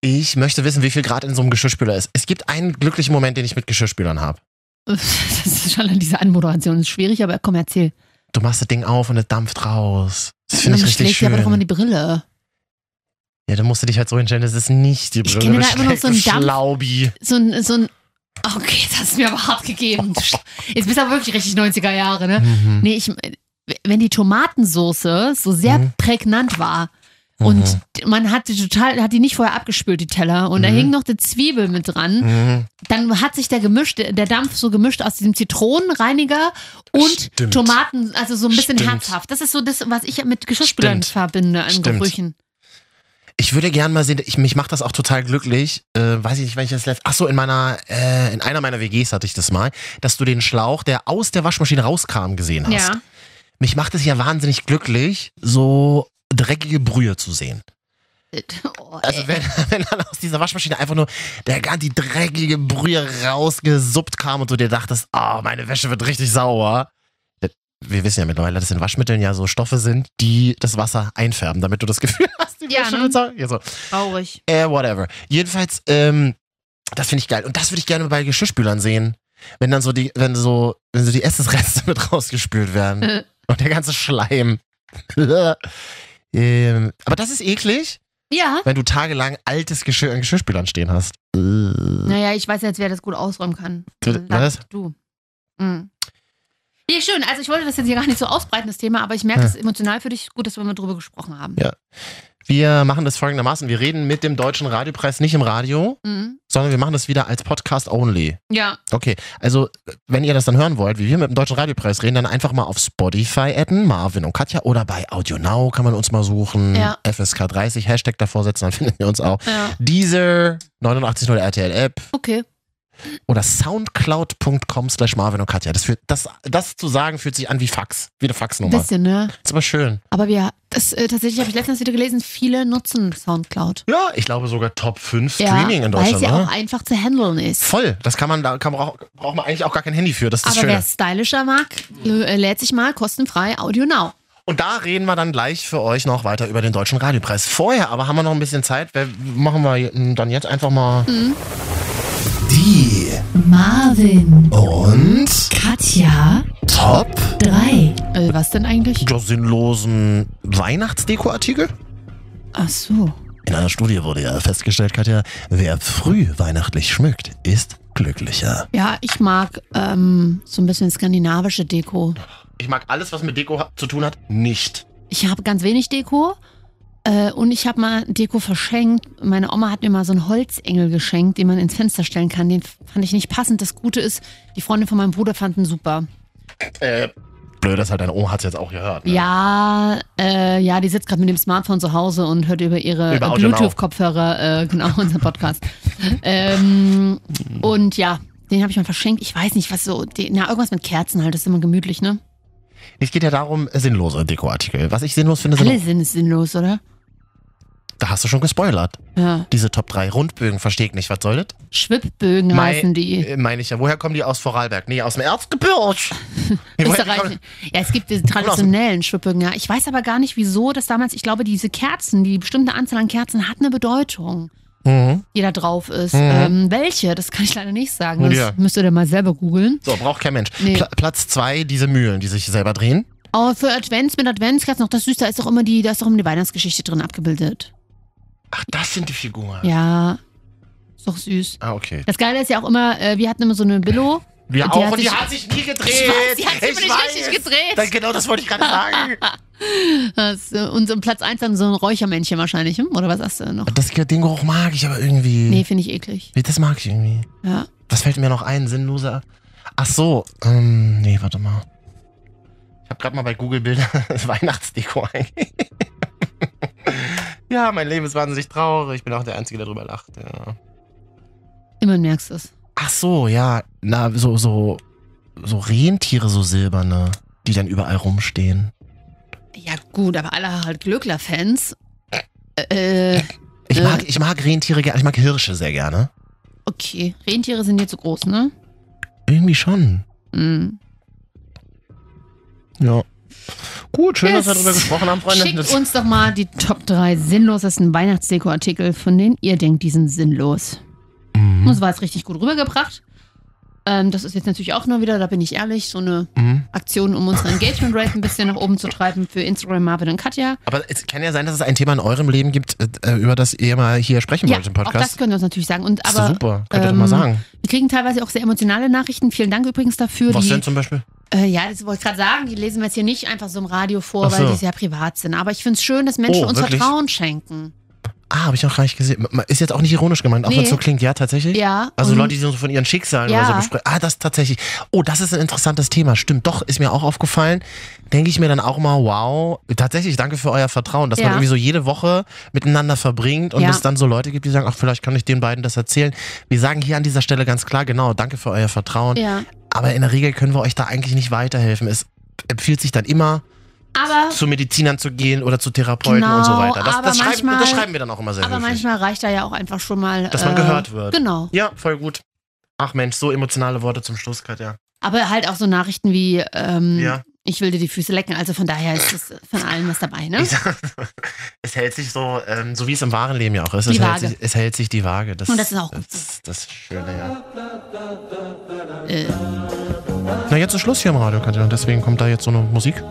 Ich möchte wissen, wie viel Grad in so einem Geschirrspüler ist. Es gibt einen glücklichen Moment, den ich mit Geschirrspülern habe. (laughs) Das ist schon an dieser Anmoderation ist schwierig, aber komm, erzähl. Du machst das Ding auf und es dampft raus. Das finde ich Dann richtig schlägt schön. dir aber doch immer die Brille. Ja, dann musst du dich halt so hinstellen, das ist nicht die Ich Brille. kenne da immer noch so einen Dampf- Schlaubi. So ein, so ein. oh, Okay, das hast du mir aber hart gegeben. Du sch- Jetzt bist du aber wirklich richtig 90er Jahre, ne? Mhm. Nee, ich. Wenn die Tomatensoße so sehr Mhm. prägnant war und Mhm. man hat die total, hat die nicht vorher abgespült, die Teller, und da Mhm. hing noch eine Zwiebel mit dran, Mhm. dann hat sich der gemischt, der Dampf so gemischt aus diesem Zitronenreiniger und Stimmt. Tomaten, also so ein bisschen Stimmt. herzhaft. Das ist so das, was ich mit Geschirrspülern Stimmt. verbinde an Stimmt. Gerüchen. Ich würde gern mal sehen, ich, mich macht das auch total glücklich. Äh, weiß ich nicht, wenn ich das letzte. Ach so, in meiner, äh, in einer meiner WGs hatte ich das mal, dass du den Schlauch, der aus der Waschmaschine rauskam, gesehen hast. Ja. Mich macht es ja wahnsinnig glücklich, so dreckige Brühe zu sehen. Oh, ey. Also wenn, (laughs) wenn dann aus dieser Waschmaschine einfach nur der ganz die dreckige Brühe rausgesuppt kam und du dir dachtest, ah, meine Wäsche wird richtig sauer. Wir wissen ja mittlerweile, dass in Waschmitteln ja so Stoffe sind, die das Wasser einfärben, damit du das Gefühl (laughs) hast, die Ja, Wäsche ne? wird sauer. Ja, so. traurig. Äh, whatever. Jedenfalls, ähm, das finde ich geil. Und das würde ich gerne bei Geschirrspülern sehen. Wenn dann so die, wenn so, wenn so die Essensreste (laughs) mit rausgespült werden. Äh. Und der ganze Schleim. (laughs) ähm, aber das ist eklig Ja. wenn du tagelang altes Geschirr in Geschirrspülern stehen hast. Naja, ich weiß jetzt, wer das gut ausräumen kann. Du- Sag Hm. was? Du. Mhm. Ja, schön. Also ich wollte das jetzt hier gar nicht so ausbreiten, das Thema, aber ich merke, Ja. es ist emotional für dich. Gut, dass wir mal drüber gesprochen haben. Hm. Ja. Wir machen das folgendermaßen. Wir reden mit dem Deutschen Radiopreis nicht im Radio, Mhm. sondern wir machen das wieder als Podcast only. Ja. Okay, also wenn ihr das dann hören wollt, wie wir mit dem Deutschen Radiopreis reden, dann einfach mal auf Spotify adden, Marvin und Katja oder bei AudioNow kann man uns mal suchen. Ja. FSK 30, Hashtag davor setzen, dann (laughs) findet ihr uns auch. ja. Deezer, 890 RTL App Okay. oder soundcloud.com slash Marvin und Katja. Das, fühlt, das, das zu sagen fühlt sich an wie Fax, wie eine Faxnummer. Bisschen, ne? ist aber schön. Aber wir, das äh, tatsächlich habe ich letztens wieder gelesen, viele nutzen Soundcloud. Ja, ich glaube sogar Top 5 Ja, Streaming in Weil Deutschland. sie auch Ne? einfach zu handeln ist. Voll, das kann man, da kann, braucht, braucht man eigentlich auch gar kein Handy für. Das ist das Aber wer Schöne. es stylischer mag, lö- äh, lädt sich mal kostenfrei Audio Now. Und da reden wir dann gleich für euch noch weiter über den Deutschen Radiopreis. Vorher aber haben wir noch ein bisschen Zeit. Wir machen wir j- dann jetzt einfach mal. Mhm. Die Marvin, und Katja, Top 3. Äh, was denn eigentlich? der sinnlosen Weihnachtsdekoartikel? Ach so. In einer Studie wurde ja festgestellt, Katja, wer früh weihnachtlich schmückt, ist glücklicher. Ja, ich mag ähm, so ein bisschen skandinavische Deko. Ich mag alles, was mit Deko ha- zu tun hat, nicht. Ich habe ganz wenig Deko. Äh, und ich habe mal Deko verschenkt. Meine Oma hat mir mal so einen Holzengel geschenkt, den man ins Fenster stellen kann. Den fand ich nicht passend. Das Gute ist, die Freundin von meinem Bruder fanden super. Äh, blöd, dass halt deine Oma hat es jetzt auch gehört. Ne? Ja, äh, ja, die sitzt gerade mit dem Smartphone zu Hause und hört über ihre Über äh, Audio Now. Bluetooth-Kopfhörer äh, genau (laughs) unseren Podcast. Mhm. ähm, und ja, den habe ich mal verschenkt. Ich weiß nicht, was so, die, na irgendwas mit Kerzen halt. Das ist immer gemütlich, ne? Es geht ja darum, sinnlose Dekoartikel. Was ich sinnlos finde, Alle sind, sind es sinnlos, oder? da hast du schon gespoilert. Ja. Diese Top 3 Rundbögen verstehe ich nicht. Was soll das? Schwibbögen Mei- heißen die. äh, Meine ich ja. Woher kommen die aus Vorarlberg? Nee, aus dem (laughs) Erzgebirge. Nee, woher Österreich. kommen- Ja, es gibt diese traditionellen Schwibbögen, ja. Ich weiß aber gar nicht, wieso das damals, ich glaube, diese Kerzen, die bestimmte Anzahl an Kerzen hat eine Bedeutung, Mhm. die da drauf ist. Ähm, welche? Das kann ich leider nicht sagen. Das Ja. müsst ihr dann mal selber googeln. So, braucht kein Mensch. Nee. Pla Platz 2, diese Mühlen, die sich selber drehen. Aber Oh, für Advents mit Adventskerzen, auch das Süße, da ist doch immer die, da ist doch immer die Weihnachtsgeschichte drin abgebildet. Ach, das sind die Figuren. Ja. Ist doch süß. Ah, okay. Das Geile ist ja auch immer, äh, wir hatten immer so eine Billo. Wir Die auch hat und die sich- hat sich nie gedreht. Ich weiß, die hat sich Ich immer nicht weiß. richtig gedreht. Dann genau das wollte ich (laughs) gerade sagen. Das, äh, und so Platz 1 dann so ein Räuchermännchen wahrscheinlich, hm? oder was hast du noch? Das, den Geruch mag ich aber irgendwie. Nee, finde ich eklig. Das mag ich irgendwie. Ja. Was fällt mir noch ein? Sinnloser. Ach so. Ähm, nee, warte mal. Ich habe gerade mal bei Google Bilder (laughs) Weihnachtsdeko eingegeben. ja, mein Leben ist wahnsinnig traurig. Ich bin auch der Einzige, der drüber lacht. Ja. Immer merkst du es. Ach so, ja. Na, so, so, so Rentiere, so silberne, die dann überall rumstehen. Ja, gut, aber alle halt Glöckler-Fans. Äh, Ich Äh. mag, ich mag Rentiere gerne. Ich mag Hirsche sehr gerne. okay. Rentiere sind jetzt so groß, ne? Irgendwie schon. Mm. Ja. Gut, schön, dass wir Yes. darüber gesprochen haben, Freunde. Schickt Das- uns doch mal die Top 3 sinnlosesten Weihnachtsdeko-Artikel, von denen ihr denkt, die sind sinnlos. Mhm. Das war jetzt richtig gut rübergebracht. Ähm, das ist jetzt natürlich auch nur wieder, da bin ich ehrlich, so eine Mhm. Aktion, um unsere Engagement-Rate ein bisschen nach oben zu treiben für Instagram Marvin und Katja. Aber es kann ja sein, dass es ein Thema in eurem Leben gibt, äh, über das ihr mal hier sprechen Ja, wollt im auch das Podcast. können wir uns natürlich sagen. Und Das ist doch aber super, könnt ihr doch mal ähm, sagen. wir kriegen teilweise auch sehr emotionale Nachrichten. Vielen Dank übrigens dafür. Was die, denn zum Beispiel? Äh, ja, das wollte ich gerade sagen. Die lesen wir jetzt hier nicht einfach so im Radio vor, Ach so. weil die sehr privat sind. Aber ich finde es schön, dass Menschen Oh, uns wirklich? Vertrauen schenken. Ah, habe ich noch gar nicht gesehen. Ma- Ist jetzt auch nicht ironisch gemeint, auch Nee. wenn es so klingt, ja, tatsächlich. Ja. Also und Leute, die so von ihren Schicksalen Ja. oder so besprechen. Ah, das tatsächlich. Oh, das ist ein interessantes Thema. Stimmt, doch, ist mir auch aufgefallen. Denke ich mir dann auch mal, wow, tatsächlich, danke für euer Vertrauen, dass Ja. man irgendwie so jede Woche miteinander verbringt und Ja. es dann so Leute gibt, die sagen, ach, vielleicht kann ich den beiden das erzählen. Wir sagen hier an dieser Stelle ganz klar, genau, danke für euer Vertrauen. Ja. Aber in der Regel können wir euch da eigentlich nicht weiterhelfen. Es empfiehlt sich dann immer, Aber, zu Medizinern zu gehen oder zu Therapeuten Genau, und so weiter. Das, aber das, schreiben, manchmal- das schreiben wir dann auch immer sehr aber häufig. manchmal reicht da ja auch einfach schon mal. äh, Dass man gehört wird. Genau. Ja, voll gut. Ach Mensch, so emotionale Worte zum Schluss, Katja. Aber halt auch so Nachrichten wie, ähm, Ja. ich will dir die Füße lecken. Also von daher ist es von allem was dabei, ne? Ich sag- es hält sich so, ähm, so wie es im wahren Leben ja auch ist. Die Es, hält Waage. sich, es hält sich die Waage. Das, Und das ist auch gut. Das, das ist schön, ja. Na, jetzt ist Schluss hier im Radio, Katja. Und deswegen kommt da jetzt so eine Musik.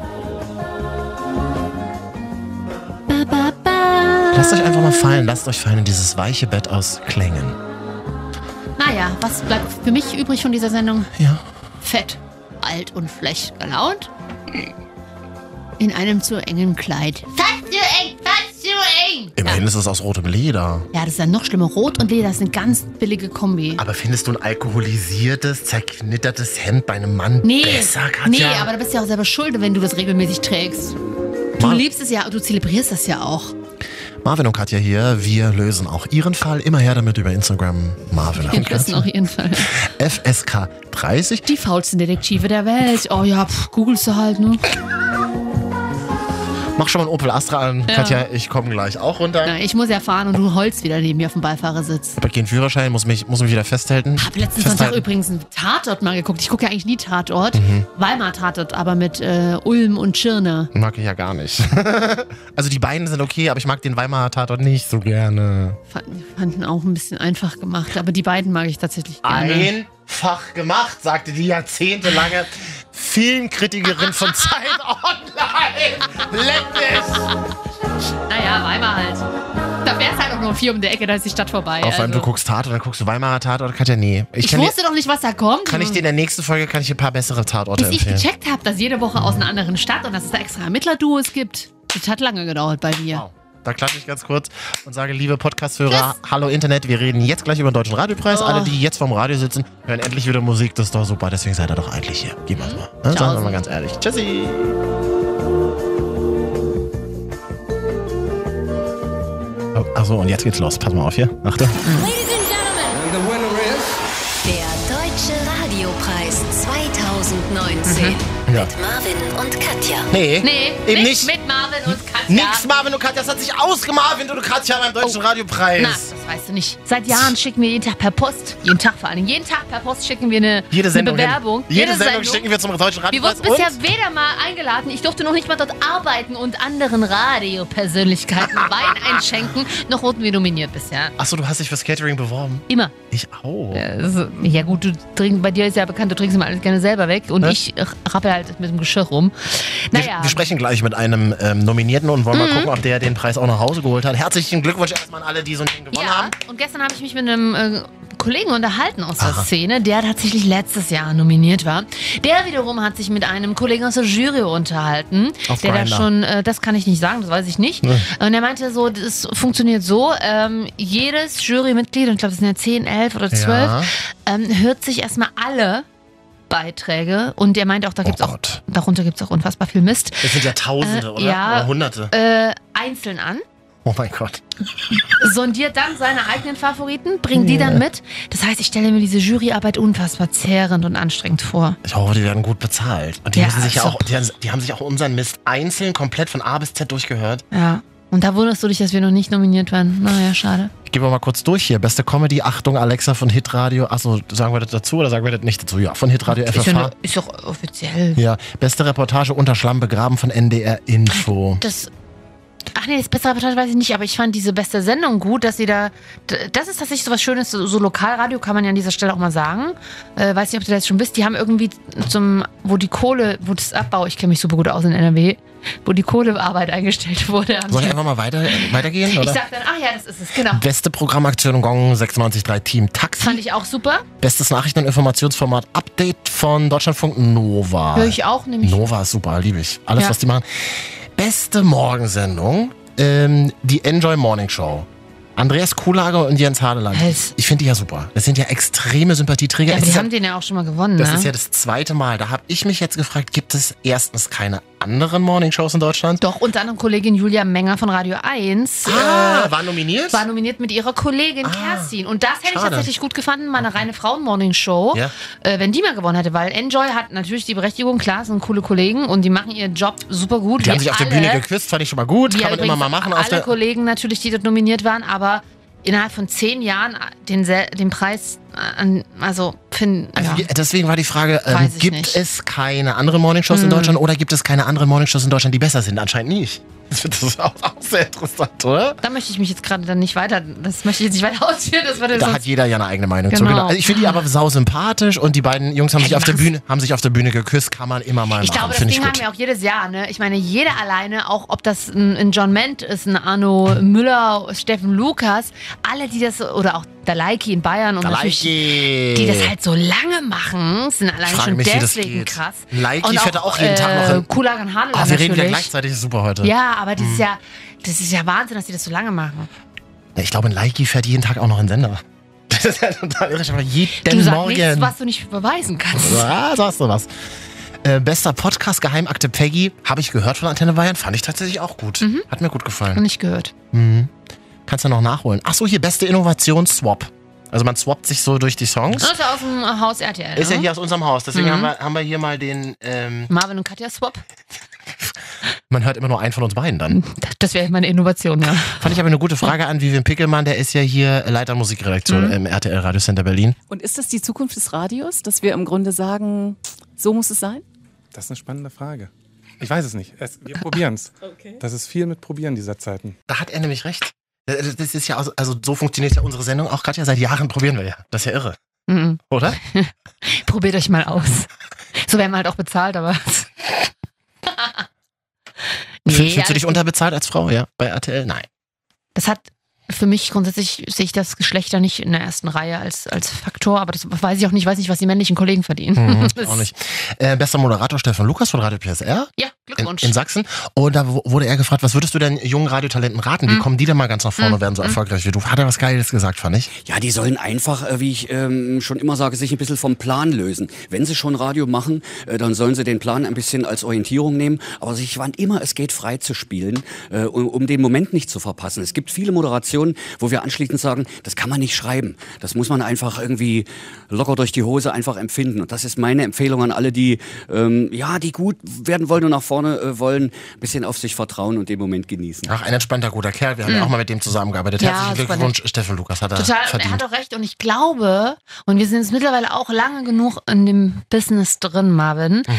Lasst euch einfach mal fallen, lasst euch fallen in dieses weiche Bett aus Klängen. Naja, was bleibt für mich übrig von dieser Sendung? Ja. Fett, alt und schlecht gelaunt. In einem zu engen Kleid. Fast zu eng, fast zu eng. Immerhin ist es aus rotem Leder. Ja, das ist ja noch schlimmer. Rot und Leder ist eine ganz billige Kombi. Aber findest du ein alkoholisiertes, zerknittertes Hemd bei einem Mann Nee, besser, Katja? nee, aber da bist du ja auch selber schuld, wenn du das regelmäßig trägst. Du Mann. liebst es ja, du zelebrierst das ja auch. Marvin und Katja hier, wir lösen auch ihren Fall. Immer her damit über Instagram. Marvin Wir und küssen Katja. auf jeden Fall. FSK30. Die faulsten Detektive der Welt. Oh ja, pf, googelst du halt, ne? Mach schon mal einen Opel Astra an, Katja. Ich komme gleich auch runter. Na, ich muss ja fahren und du heulst wieder neben mir auf dem Beifahrersitz. Ich hab keinen Führerschein, muss mich, muss mich wieder festhalten. Hab letzten Sonntag übrigens einen Tatort mal geguckt. Ich gucke ja eigentlich nie Tatort. Mhm. Weimar Tatort, aber mit äh, Ulm und Schirne. Mag ich ja gar nicht. (laughs) also die beiden sind okay, aber ich mag den Weimarer Tatort nicht so gerne. Fanden, fanden auch ein bisschen einfach gemacht. Aber die beiden mag ich tatsächlich gerne. Einfach gemacht, sagte die jahrzehntelange Filmkritikerin (laughs) von Zeit Online. Leck mich! Naja, Weimar halt. Da wär's halt auch nur vier um der Ecke, da ist die Stadt vorbei. also. Auf einmal, du guckst Tatort, dann guckst du Weimarer Tatort, Katja, nee. Ich, ich kann, dir, wusste doch nicht, was da kommt. kann ich dir in der nächsten Folge kann ich äh, dir ein paar bessere Tatorte Bis ich empfehlen. gecheckt habe, dass jede Woche aus einer anderen Stadt und dass es da extra Ermittlerduos gibt. Das hat lange gedauert bei mir. Wow. Genau. Da klatsche ich ganz kurz und sage, liebe Podcast-Hörer, hallo Internet, wir reden jetzt gleich über den Deutschen Radiopreis. Oh. Alle, die jetzt vorm Radio sitzen, hören endlich wieder Musik. Das ist doch super, deswegen seid ihr doch eigentlich hier. Gehen Mhm. wir's mal. Ne? Sagen wir mal Tschaußen. ganz ehrlich. Tschüssi. Achso, Oh, und jetzt geht's los. Pass mal auf hier. Achtung. Der Deutsche Radiopreis 2019 Ja. mit Marvin und Katja. Nee, Nee, eben nicht. nicht, mit Marvin und Katja. Nix, Marvin und Katja, das hat sich ausgemarvin und Katja beim Deutschen Oh. Radiopreis. Na, das weißt du nicht. Seit Jahren schicken wir jeden Tag per Post, jeden Tag vor allem, jeden Tag per Post schicken wir eine, Jede Sendung. eine hin. Bewerbung. Jede, Sendung, schicken wir zum Deutschen Wir Radiopreis. wurden bisher weder mal eingeladen, ich durfte noch nicht mal dort arbeiten und (laughs) anderen Radiopersönlichkeiten Wein einschenken, noch wurden wir nominiert bisher. Achso, du hast dich fürs Catering beworben. Immer. Ich auch. Äh, so- Ja gut, du trink, bei dir ist ja bekannt, du trinkst immer alles gerne selber weg und Hä? ich äh, rappel halt mit dem Geschirr rum. Naja, Mhm. Wir, wir sprechen gleich mit einem ähm, Nominierten und wollen mal gucken, ob der den Preis auch nach Hause geholt hat. Herzlichen Glückwunsch erstmal an alle, die so ein Ding gewonnen ja. haben. Und gestern habe ich mich mit einem äh, Kollegen unterhalten aus der Szene, der tatsächlich letztes Jahr nominiert war. Der wiederum hat sich mit einem Kollegen aus der Jury unterhalten, Auf der da Grindr. schon, äh, das kann ich nicht sagen, das weiß ich nicht. Und er meinte so, das funktioniert so, ähm, jedes Jurymitglied, und ich glaube, das sind ja 10, 11 oder 12, Ja. ähm, hört sich erstmal alle Beiträge und er meinte auch, da gibt's auch, Oh Gott. darunter gibt es auch unfassbar viel Mist, Das sind ja Tausende, Äh, oder? ja. Oder Hunderte. äh, einzeln an. Oh mein Gott. sondiert dann seine eigenen Favoriten, bringt die dann mit. Das heißt, ich stelle mir diese Juryarbeit unfassbar zehrend und anstrengend vor. Ich hoffe, die werden gut bezahlt. Und die Ja, also müssen sich ja so- auch, die, haben- die haben sich auch unseren Mist einzeln komplett von A bis Z durchgehört. Ja. Und da wunderst du dich, dass wir noch nicht nominiert waren. Naja, schade. Gehen wir mal kurz durch hier. Beste Comedy, Achtung, Alexa von Hitradio. Achso, sagen wir das dazu oder sagen wir das nicht dazu? Ja, von Hitradio Ist ja, FFH. ne- ist doch offiziell. Ja, beste Reportage unter Schlamm begraben von NDR Info. Das. Ach nee, das beste Reportage weiß ich nicht, aber ich fand diese beste Sendung gut, dass sie da. d- Das ist tatsächlich so was Schönes, so, so Lokalradio kann man ja an dieser Stelle auch mal sagen. Äh, weiß nicht, ob du da jetzt schon bist. Die haben irgendwie zum, wo die Kohle, wo das Abbau, ich kenne mich super gut aus in NRW, wo die Kohlearbeit eingestellt wurde. haben Soll die- ich einfach mal weiter, weitergehen? Ich Oder? sag dann, ach ja, das ist es, genau. Beste Programmaktion Gong 96.3 Team Fand Taxi. ich auch super. Bestes Nachrichten- und Informationsformat Update von Deutschlandfunk Nova. Höre ich auch, nämlich. Nova ist super, liebe ich. Alles, Ja. was die machen. Beste Morgensendung, ähm, die Enjoy Morning Show. Andreas Kuhlager und Jens Hadeland. Was? Ich finde die ja super. Das sind ja extreme Sympathieträger. Ja, Es aber die ist ja- haben den ja auch schon mal gewonnen, das ne? ist ja das zweite Mal. Da habe ich mich jetzt gefragt, gibt es erstens keine anderen Morningshows in Deutschland? Doch, unter anderem Kollegin Julia Menger von Radio 1 Ah, äh, war nominiert? war nominiert mit ihrer Kollegin Kerstin. Und das hätte ich schade. tatsächlich gut gefunden, mal eine reine Frauen-Morning-Show, Ja. äh, wenn die mal gewonnen hätte. Weil Enjoy hat natürlich die Berechtigung, klar, es sind coole Kollegen und die machen ihren Job super gut. die haben wie sich auf der alle. Bühne geküsst, fand ich schon mal gut. Wir Kann man immer übrigens mal machen. Alle Auf der, Kollegen natürlich, die dort nominiert waren, aber innerhalb von zehn Jahren äh, den, sel- den Preis an, also finden. Also ja. je- deswegen war die Frage, ähm, Weiß ich gibt nicht. Hm. es keine anderen Morningshows in Deutschland oder gibt es keine anderen Morningshows in Deutschland, die besser sind? Anscheinend nicht. (laughs) Das ist auch, auch sehr interessant, oder? Da möchte ich mich jetzt gerade dann nicht weiter, das möchte ich jetzt nicht weiter (laughs) ausführen. Das würde Da sonst- hat jeder ja eine eigene Meinung zu. Genau. Genau. Also ich finde die aber sau sympathisch und die beiden Jungs haben sich auf der machen's. Bühne, haben sich auf der Bühne geküsst, kann man immer mal ich machen. glaube, das Finde Ding haben wir auch jedes Jahr. Ne? Ich meine, jeder alleine, auch ob das ein, ein John Ment ist, ein Arno Müller, Steffen Lukas, alle, die das, oder auch Dalaiki in Bayern und natürlich, Leiki. die das halt so lange machen, sind Ich allein frage schon mich, wie das deswegen geht. krass. Leiki Und fährt auch jeden Tag noch äh, hin. Kulan Hadel Ah, wir reden ja Hm. natürlich. gleichzeitig super heute. Ja, aber dieses Jahr, das ist ja Wahnsinn, dass die das so lange machen. Ich glaube, ein Leiki fährt jeden Tag auch noch einen Sender. (laughs) Das ist ja total irre. Ich mache du Jeden sagst Morgen. nichts, was du nicht beweisen kannst. Ja, sagst du was. Äh, bester Podcast Geheimakte Peggy habe ich gehört von Antenne Bayern, fand ich tatsächlich auch gut. Hat mir gut Noch gefallen. nicht gehört. Kannst du noch nachholen. Ach so, hier beste Innovation Swap. Also man swappt sich so durch die Songs. Das ist ja aus dem Haus RTL. Ist ja ne? hier aus unserem Haus, deswegen Ah, haben, Mhm. wir, haben wir hier mal den. Ähm, Marvin und Katja Swap. man hört immer nur einen von uns beiden dann. Das wäre meine Innovation, ja. Fand ich aber eine gute Frage an Vivian Pickelmann, der ist ja hier Leiter Musikredaktion im RTL Radio Center Berlin. Und ist das die Zukunft des Radios, dass wir im Grunde sagen, so muss es sein? Das ist eine spannende Frage. Ich weiß es nicht. Es, wir probieren es. Das ist viel mit Probieren dieser Zeiten. Da hat er nämlich recht. Äh, Das das ist ja, aus- also so funktioniert ja unsere Sendung auch gerade ja seit Jahren probieren wir ja. Das ist ja irre, Mhm. oder? Probiert euch mal aus. So werden wir halt auch bezahlt, aber. (laughs) Fühl- Fühlst du alles- dich unterbezahlt als Frau, ja? Bei RTL? Nein. also, Das hat für mich grundsätzlich sehe ich das Geschlecht da nicht in der ersten Reihe als, als Faktor, aber das weiß (laughs) ich auch nicht, weiß nicht, was die männlichen Kollegen verdienen. Mhm, Das- auch nicht. Äh, bester Moderator Stefan Lukas von Radio PSR. Ja. in, Glückwunsch. in Sachsen. Und da wu- wurde er gefragt, was würdest du denn jungen Radiotalenten raten? Mhm. Wie kommen die denn mal ganz nach vorne und werden so erfolgreich wie du? Hat er was Geiles gesagt, fand ich. Ja, die sollen einfach, äh, wie ich ähm, schon immer sage, sich ein bisschen vom Plan lösen. Wenn sie schon Radio machen, äh, dann sollen sie den Plan ein bisschen als Orientierung nehmen. Aber sich wann immer es geht, frei zu spielen, äh, um, um den Moment nicht zu verpassen. Es gibt viele Moderationen, wo wir anschließend sagen, das kann man nicht schreiben. Das muss man einfach irgendwie locker durch die Hose einfach empfinden. Und das ist meine Empfehlung an alle, die, ähm, ja, die gut werden wollen und nach vorne äh, wollen, ein bisschen auf sich vertrauen und den Moment genießen. Ach, ein entspannter, guter Kerl. Wir haben ja auch mal mit dem zusammengearbeitet. Mhm. Ja, Herzlichen super Glückwunsch, Steffen Lukas hat er Total, und er verdient. hat auch recht. Und ich glaube, und wir sind jetzt mittlerweile auch lange genug in dem Business drin, Marvin. Mhm.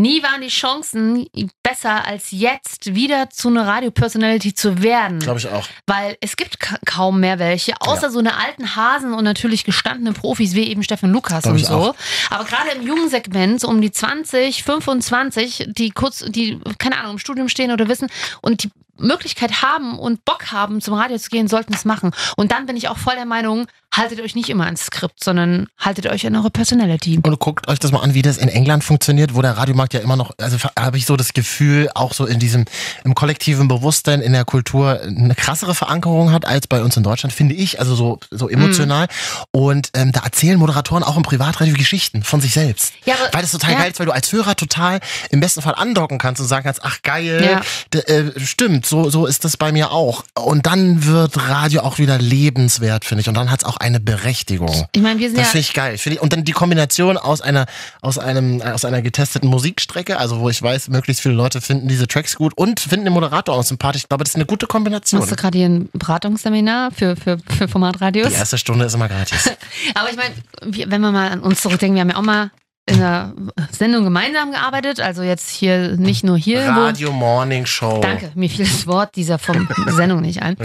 Nie waren die Chancen besser als jetzt, wieder zu einer Radiopersonality zu werden. Glaube ich auch. Weil es gibt ka kaum mehr welche, außer so eine alten Hasen und natürlich gestandene Profis wie eben Steffen Lukas Glaub und ich so. auch. Aber gerade im jungen Segment, so um die 20, 25, die kurz, die, keine Ahnung, im Studium stehen oder wissen und die Möglichkeit haben und Bock haben, zum Radio zu gehen, sollten es machen. Und dann bin ich auch voll der Meinung, haltet euch nicht immer ans Skript, sondern haltet euch an eure Personality. Und guckt euch das mal an, wie das in England funktioniert, wo der Radiomarkt ja immer noch, also ver- habe ich so das Gefühl, auch so in diesem, im kollektiven Bewusstsein, in der Kultur eine krassere Verankerung hat als bei uns in Deutschland, finde ich, also so, Mhm. so emotional. Und ähm, da erzählen Moderatoren auch im Privatradio Geschichten von sich selbst. Ja, aber- weil das total ja. geil ist, weil du als Hörer total im besten Fall andocken kannst und sagen kannst, ach geil, Ja. d- äh, stimmt, so, so ist das bei mir auch. Und dann wird Radio auch wieder lebenswert, finde ich. Und dann hat es auch eine Berechtigung. Ich meine, wir sind Das ja. finde ich geil. Finde ich- Und dann die Kombination aus einer, aus einem, aus einer getesteten Musikstrecke, also wo ich weiß, möglichst viele Leute finden diese Tracks gut und finden den Moderator auch sympathisch. Ich glaube, das ist eine gute Kombination. Machst du gerade hier ein Beratungsseminar für, für, für Formatradios? Die erste Stunde ist immer (laughs) gratis. Aber ich meine, wir- wenn wir mal an uns zurückdenken, wir haben ja auch mal in einer Sendung gemeinsam gearbeitet, also jetzt hier nicht nur hier. Wo, Radio Morning Show. danke, mir fiel das Wort (laughs) dieser vom Sendung nicht ein.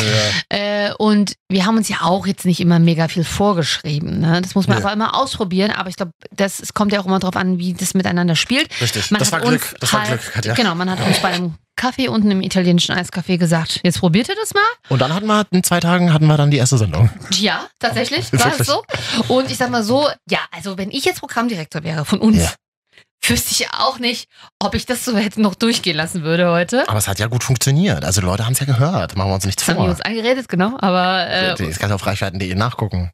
Äh, und wir haben uns ja auch jetzt nicht immer mega viel vorgeschrieben. Ne? Das muss man Nee. aber immer ausprobieren, aber ich glaube, das es kommt ja auch immer drauf an, wie das miteinander spielt. Richtig. Man das hat war uns Glück. Das war halt- Glück, Katja. Genau, man hat uns bei einem Kaffee unten im italienischen Eiscafé gesagt, jetzt probiert ihr das mal. Und dann hatten wir, in zwei Tagen hatten wir dann die erste Sendung. Ja, tatsächlich, war es so. Und ich sag mal so, ja, also wenn ich jetzt Programmdirektor wäre von uns, Ja. wüsste ich auch nicht, ob ich das so hätte noch durchgehen lassen würde heute. Aber es hat ja gut funktioniert. Also Leute haben es ja gehört. Machen wir uns nichts Das haben wir vor. uns angeredet, genau, aber äh, Das kannst du auf reichweiten.de nachgucken.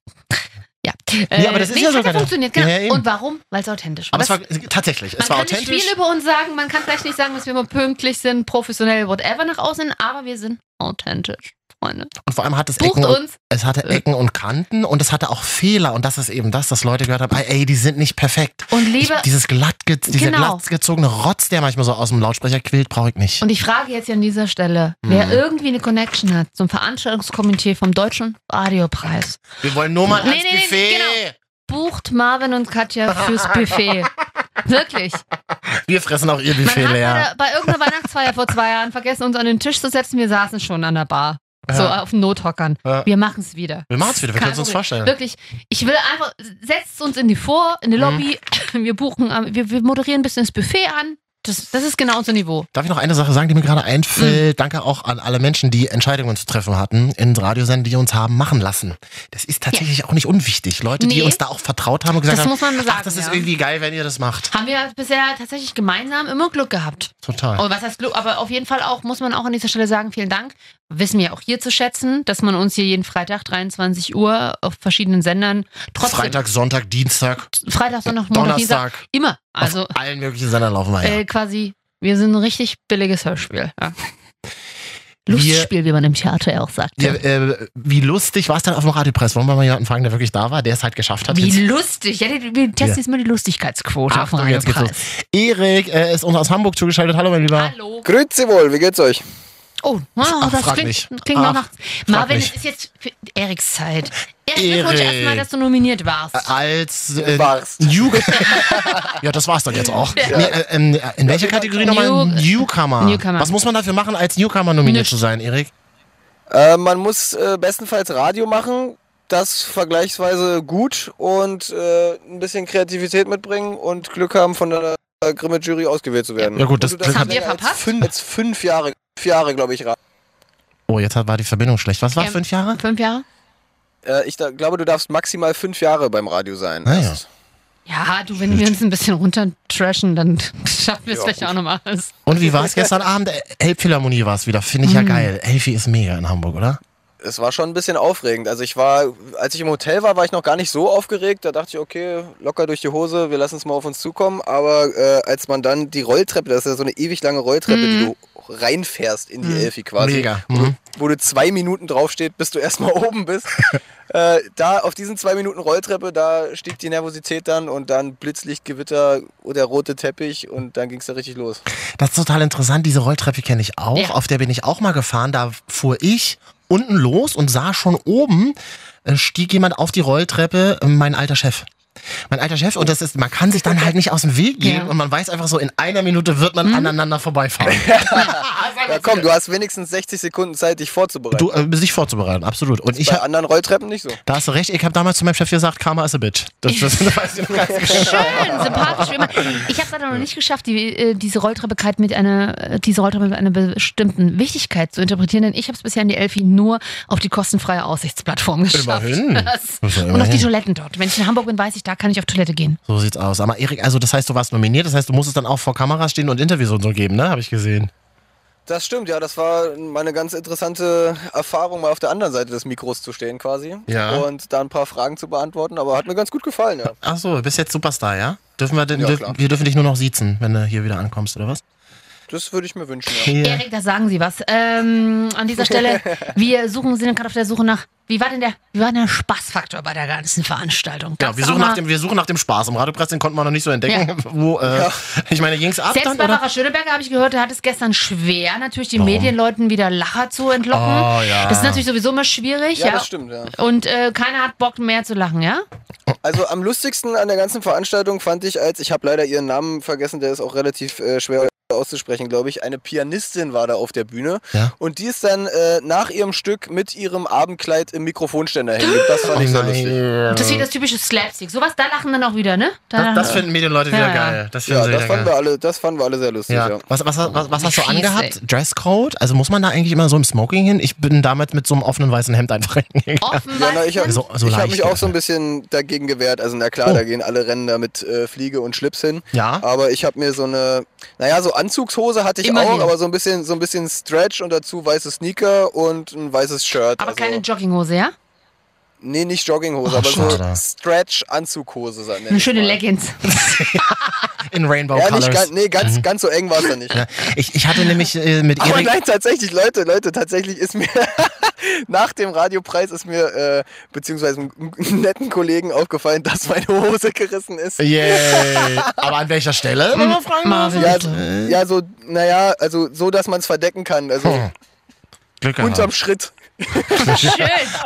ja. Nee, aber das ist ja es äh, hat sogar der- funktioniert, genau. Ja, eben. Und warum? Weil es authentisch Aber war. es war tatsächlich, man es war kann authentisch. nicht viel über uns sagen, man kann vielleicht nicht sagen, dass wir immer pünktlich sind, professionell, whatever nach außen, aber wir sind authentisch, Freunde. und vor allem hat es Bucht Ecken und, uns. Es hatte Äh. Ecken und Kanten und es hatte auch Fehler. Und das ist eben das, dass Leute gehört haben, "Ah, ey, die sind nicht perfekt. Und Ich, liebe, dieses glatt, ge dieser Genau. glatt gezogene Rotz, der manchmal so aus dem Lautsprecher quillt, brauche ich nicht. Und ich frage jetzt hier an dieser Stelle, Mhm. wer irgendwie eine Connection hat zum Veranstaltungskomitee vom Deutschen Radiopreis, Wir wollen nur mal Nee, ans nee, nee, genau. Buffet. bucht Marvin und Katja fürs (laughs) Buffet. Wirklich. Wir fressen auch ihr Man Buffet hat leer. bei, der, bei irgendeiner Weihnachtsfeier vor zwei Jahren vergessen, uns an den Tisch zu setzen. Wir saßen schon an der Bar. So Ja. auf den Nothockern. Ja. Wir machen es wieder. Wir machen's wieder, wir Kein können's uns Problem. vorstellen. Mhm. Wirklich, ich will einfach, setzt uns in die Vor, in die Lobby. (clears throat) Wir buchen, am- wir, wir moderieren ein bisschen das Buffet an. Das, das ist genau unser Niveau. Darf ich noch eine Sache sagen, die mir gerade Hm. einfällt? Danke auch an alle Menschen, die Entscheidungen zu treffen hatten in Radiosenden, die uns haben machen lassen. Das ist tatsächlich auch nicht unwichtig. Leute, die Nee. uns da auch vertraut haben und gesagt Das haben, muss man sagen, ach, das ist ja. irgendwie geil, wenn ihr das macht. Haben wir bisher tatsächlich gemeinsam immer Glück gehabt. Total. Oh, was heißt Glück? Aber auf jeden Fall auch, muss man auch an dieser Stelle sagen, vielen Dank. Wissen wir auch hier zu schätzen, dass man uns hier jeden Freitag 23 Uhr auf verschiedenen Sendern trotzdem Freitag, Sonntag, Dienstag, Freitag Sonntag, Montag, Dienstag, Donnerstag. immer. Also auf allen möglichen Sendern laufen wir. ja. äh, quasi, wir sind ein richtig billiges Hörspiel. Ja. Wir- Lustspiel, wie man im Theater ja auch sagt. Ja, äh, wie lustig war es dann auf dem Radiopreis? Wollen wir mal jemanden fragen, der wirklich da war, der es halt geschafft hat? Wie jetzt, lustig. Ja, die- wir testen Ja. jetzt mal die Lustigkeitsquote Achtung, auf dem jetzt geht's los. Radiopreis. Erik äh, ist uns aus Hamburg zugeschaltet. Hallo, mein Lieber. Hallo. Grüezi wohl, wie geht's euch? Oh, oh Ach, das frag klingt, nicht. klingt noch Ach, nach. frag Marvin, nicht. es ist jetzt für Eriks Zeit. Erik, Glückwunsch Erik. erstmal, dass du nominiert warst. Als äh, Warst. New (laughs) Ja, das war's dann jetzt auch. Nee, äh, ähm, äh, in welcher Kategorie nochmal? New- Newcomer. Newcomer. Was muss man dafür machen, als Newcomer nominiert Nichts. zu sein, Erik? Äh, man muss äh, bestenfalls Radio machen, das vergleichsweise gut und äh, ein bisschen Kreativität mitbringen und Glück haben, von der äh, Grimme Jury ausgewählt zu werden. Ja, gut, das- und du das darfst haben länger wir als verpasst. Fünf, als fünf Jahre, fünf Jahre glaube ich. ra- Oh, jetzt hat, war die Verbindung schlecht. Was war Ähm, fünf Jahre? Fünf Jahre? Äh, ich da, glaube, du darfst maximal fünf Jahre beim Radio sein. Ah, ja. Das- Ja, du, wenn wir uns ein bisschen runtertrashen, dann (laughs) schaffen wir es vielleicht auch nochmal. Und wie war es gestern Abend? Äh, Elbphilharmonie war es wieder. Finde Mhm. ich ja geil. Elfi ist mega in Hamburg, oder? Es war schon ein bisschen aufregend. Also ich war, als ich im Hotel war, war ich noch gar nicht so aufgeregt. Da dachte ich, okay, locker durch die Hose, wir lassen es mal auf uns zukommen. Aber äh, als man dann die Rolltreppe, das ist ja so eine ewig lange Rolltreppe, die du reinfährst in die Elfi quasi. Mega. Mhm. Wo, du- wo du zwei Minuten draufsteht, bis du (laughs) erstmal oben bist. äh, da auf diesen zwei Minuten Rolltreppe, da stieg die Nervosität dann und dann Blitzlicht, Gewitter oder rote Teppich und dann ging es da richtig los. Das ist total interessant. Diese Rolltreppe kenne ich auch. Ja. Auf der bin ich auch mal gefahren. Da fuhr ich unten los und sah schon oben, äh, stieg jemand auf die Rolltreppe, äh, mein alter Chef. Mein alter Chef, und das ist, man kann sich dann halt nicht aus dem Weg gehen Ja. Mhm. und man weiß einfach so, in einer Minute wird man aneinander vorbeifahren. Ah, Ja komm, du hast wenigstens 60 Sekunden Zeit, dich vorzubereiten. Du, äh, sich vorzubereiten, absolut. Und ich Bei hab, anderen Rolltreppen nicht so. da hast du recht, ich habe damals zu meinem Chef gesagt, Karma is a bitch. Das, das, das weiß ich noch ganz genau. Schön, sympathisch wie immer. Ich habe es leider noch nicht geschafft, die, äh, diese Rolltreppigkeit mit einer, äh, diese Rolltreppe mit einer bestimmten Wichtigkeit zu interpretieren, denn ich habe es bisher in die Elfi nur auf die kostenfreie Aussichtsplattform geschafft. Immerhin. Das. Das ist ja Und auf die immerhin. Toiletten dort. Wenn ich in Hamburg bin, weiß ich, da kann ich auf Toilette gehen. So sieht's aus. Aber Erik, also das heißt, du warst nominiert, das heißt, du musstest dann auch vor Kameras stehen und Interviews und so geben, ne? Habe ich gesehen. Das stimmt, ja, das war mal eine ganz interessante Erfahrung, mal auf der anderen Seite des Mikros zu stehen quasi. Ja. Und da ein paar Fragen zu beantworten, aber hat mir ganz gut gefallen, ja. Ach so, du bist jetzt Superstar, ja? Dürfen wir, denn, Ja, dürf- klar. wir dürfen dich nur noch siezen, wenn du hier wieder ankommst, oder was? Das würde ich mir wünschen, ja. Ja. Erik, da sagen Sie was. Ähm, an (laughs) dieser Stelle, wir suchen, sind gerade auf der Suche nach, wie war denn der, wie war denn der Spaßfaktor bei der ganzen Veranstaltung? Ja, Gab's wir auch suchen, mal- nach dem, wir suchen nach dem Spaß. Im Radiopress, den konnten wir noch nicht so entdecken. (laughs) Wo, äh, Ich meine, ging's ab Selbst dann, oder? Barbara Schöneberger habe ich gehört, hat es gestern schwer, natürlich den Warum? Medienleuten wieder Lacher zu entlocken. Oh, ja. Das ist natürlich sowieso immer schwierig. Ja, Ja, das stimmt, ja. Und äh, keiner hat Bock mehr zu lachen, ja? Also am lustigsten an der ganzen Veranstaltung fand ich, als ich habe leider ihren Namen vergessen, der ist auch relativ äh, schwer auszusprechen, glaube ich. Eine Pianistin war da auf der Bühne Ja. und die ist dann äh, nach ihrem Stück mit ihrem Abendkleid im Mikrofonständer hängen. Das fand Oh ich sehr lustig. nein. Das ist wieder das typische Slapstick. Sowas, da lachen dann auch wieder, ne? Da Das, das finden Medienleute wieder Ja, ja. geil. Das finden Ja, sie das wieder fanden, geil. wir alle, das fanden wir alle sehr lustig, Ja. ja. Was, was, was, was hast du Fies, angehabt? ey. Dresscode? Also muss man da eigentlich immer so im Smoking hin? Ich bin damals mit so einem offenen weißen Hemd einfach (laughs) hingegangen. Offenbar. Ja, na, ich habe So- so hab leicht, mich auch so ja. ein bisschen dagegen gewehrt. Also na klar, Oh. da gehen alle Rennen da mit äh, Fliege und Schlips hin. Ja. Aber ich habe mir so eine, naja, so Anzugshose hatte ich Immerhin. auch, aber so ein bisschen, so ein bisschen Stretch und dazu weiße Sneaker und ein weißes Shirt. aber also, keine Jogginghose, ja? nee, nicht Jogginghose, Oh, aber schade. so Stretch-Anzughose. so nenn Eine ich's schöne mal. Leggings. In Rainbow Ja, Colors. Mhm. nicht ganz, nee, ganz, ganz so eng war es da nicht. Ich, ich hatte nämlich äh, mit Aber Erik. nein, tatsächlich, Leute, Leute, tatsächlich ist mir (laughs) nach dem Radiopreis ist mir äh, beziehungsweise einem (laughs) netten Kollegen aufgefallen, dass meine Hose gerissen ist. Yay. Aber an welcher Stelle? Wenn man fragen darf? Marvin. Ja, so- ja, so, naja, also so, dass man es verdecken kann. Also Hm. Glück unterm gehabt. Schritt. (laughs)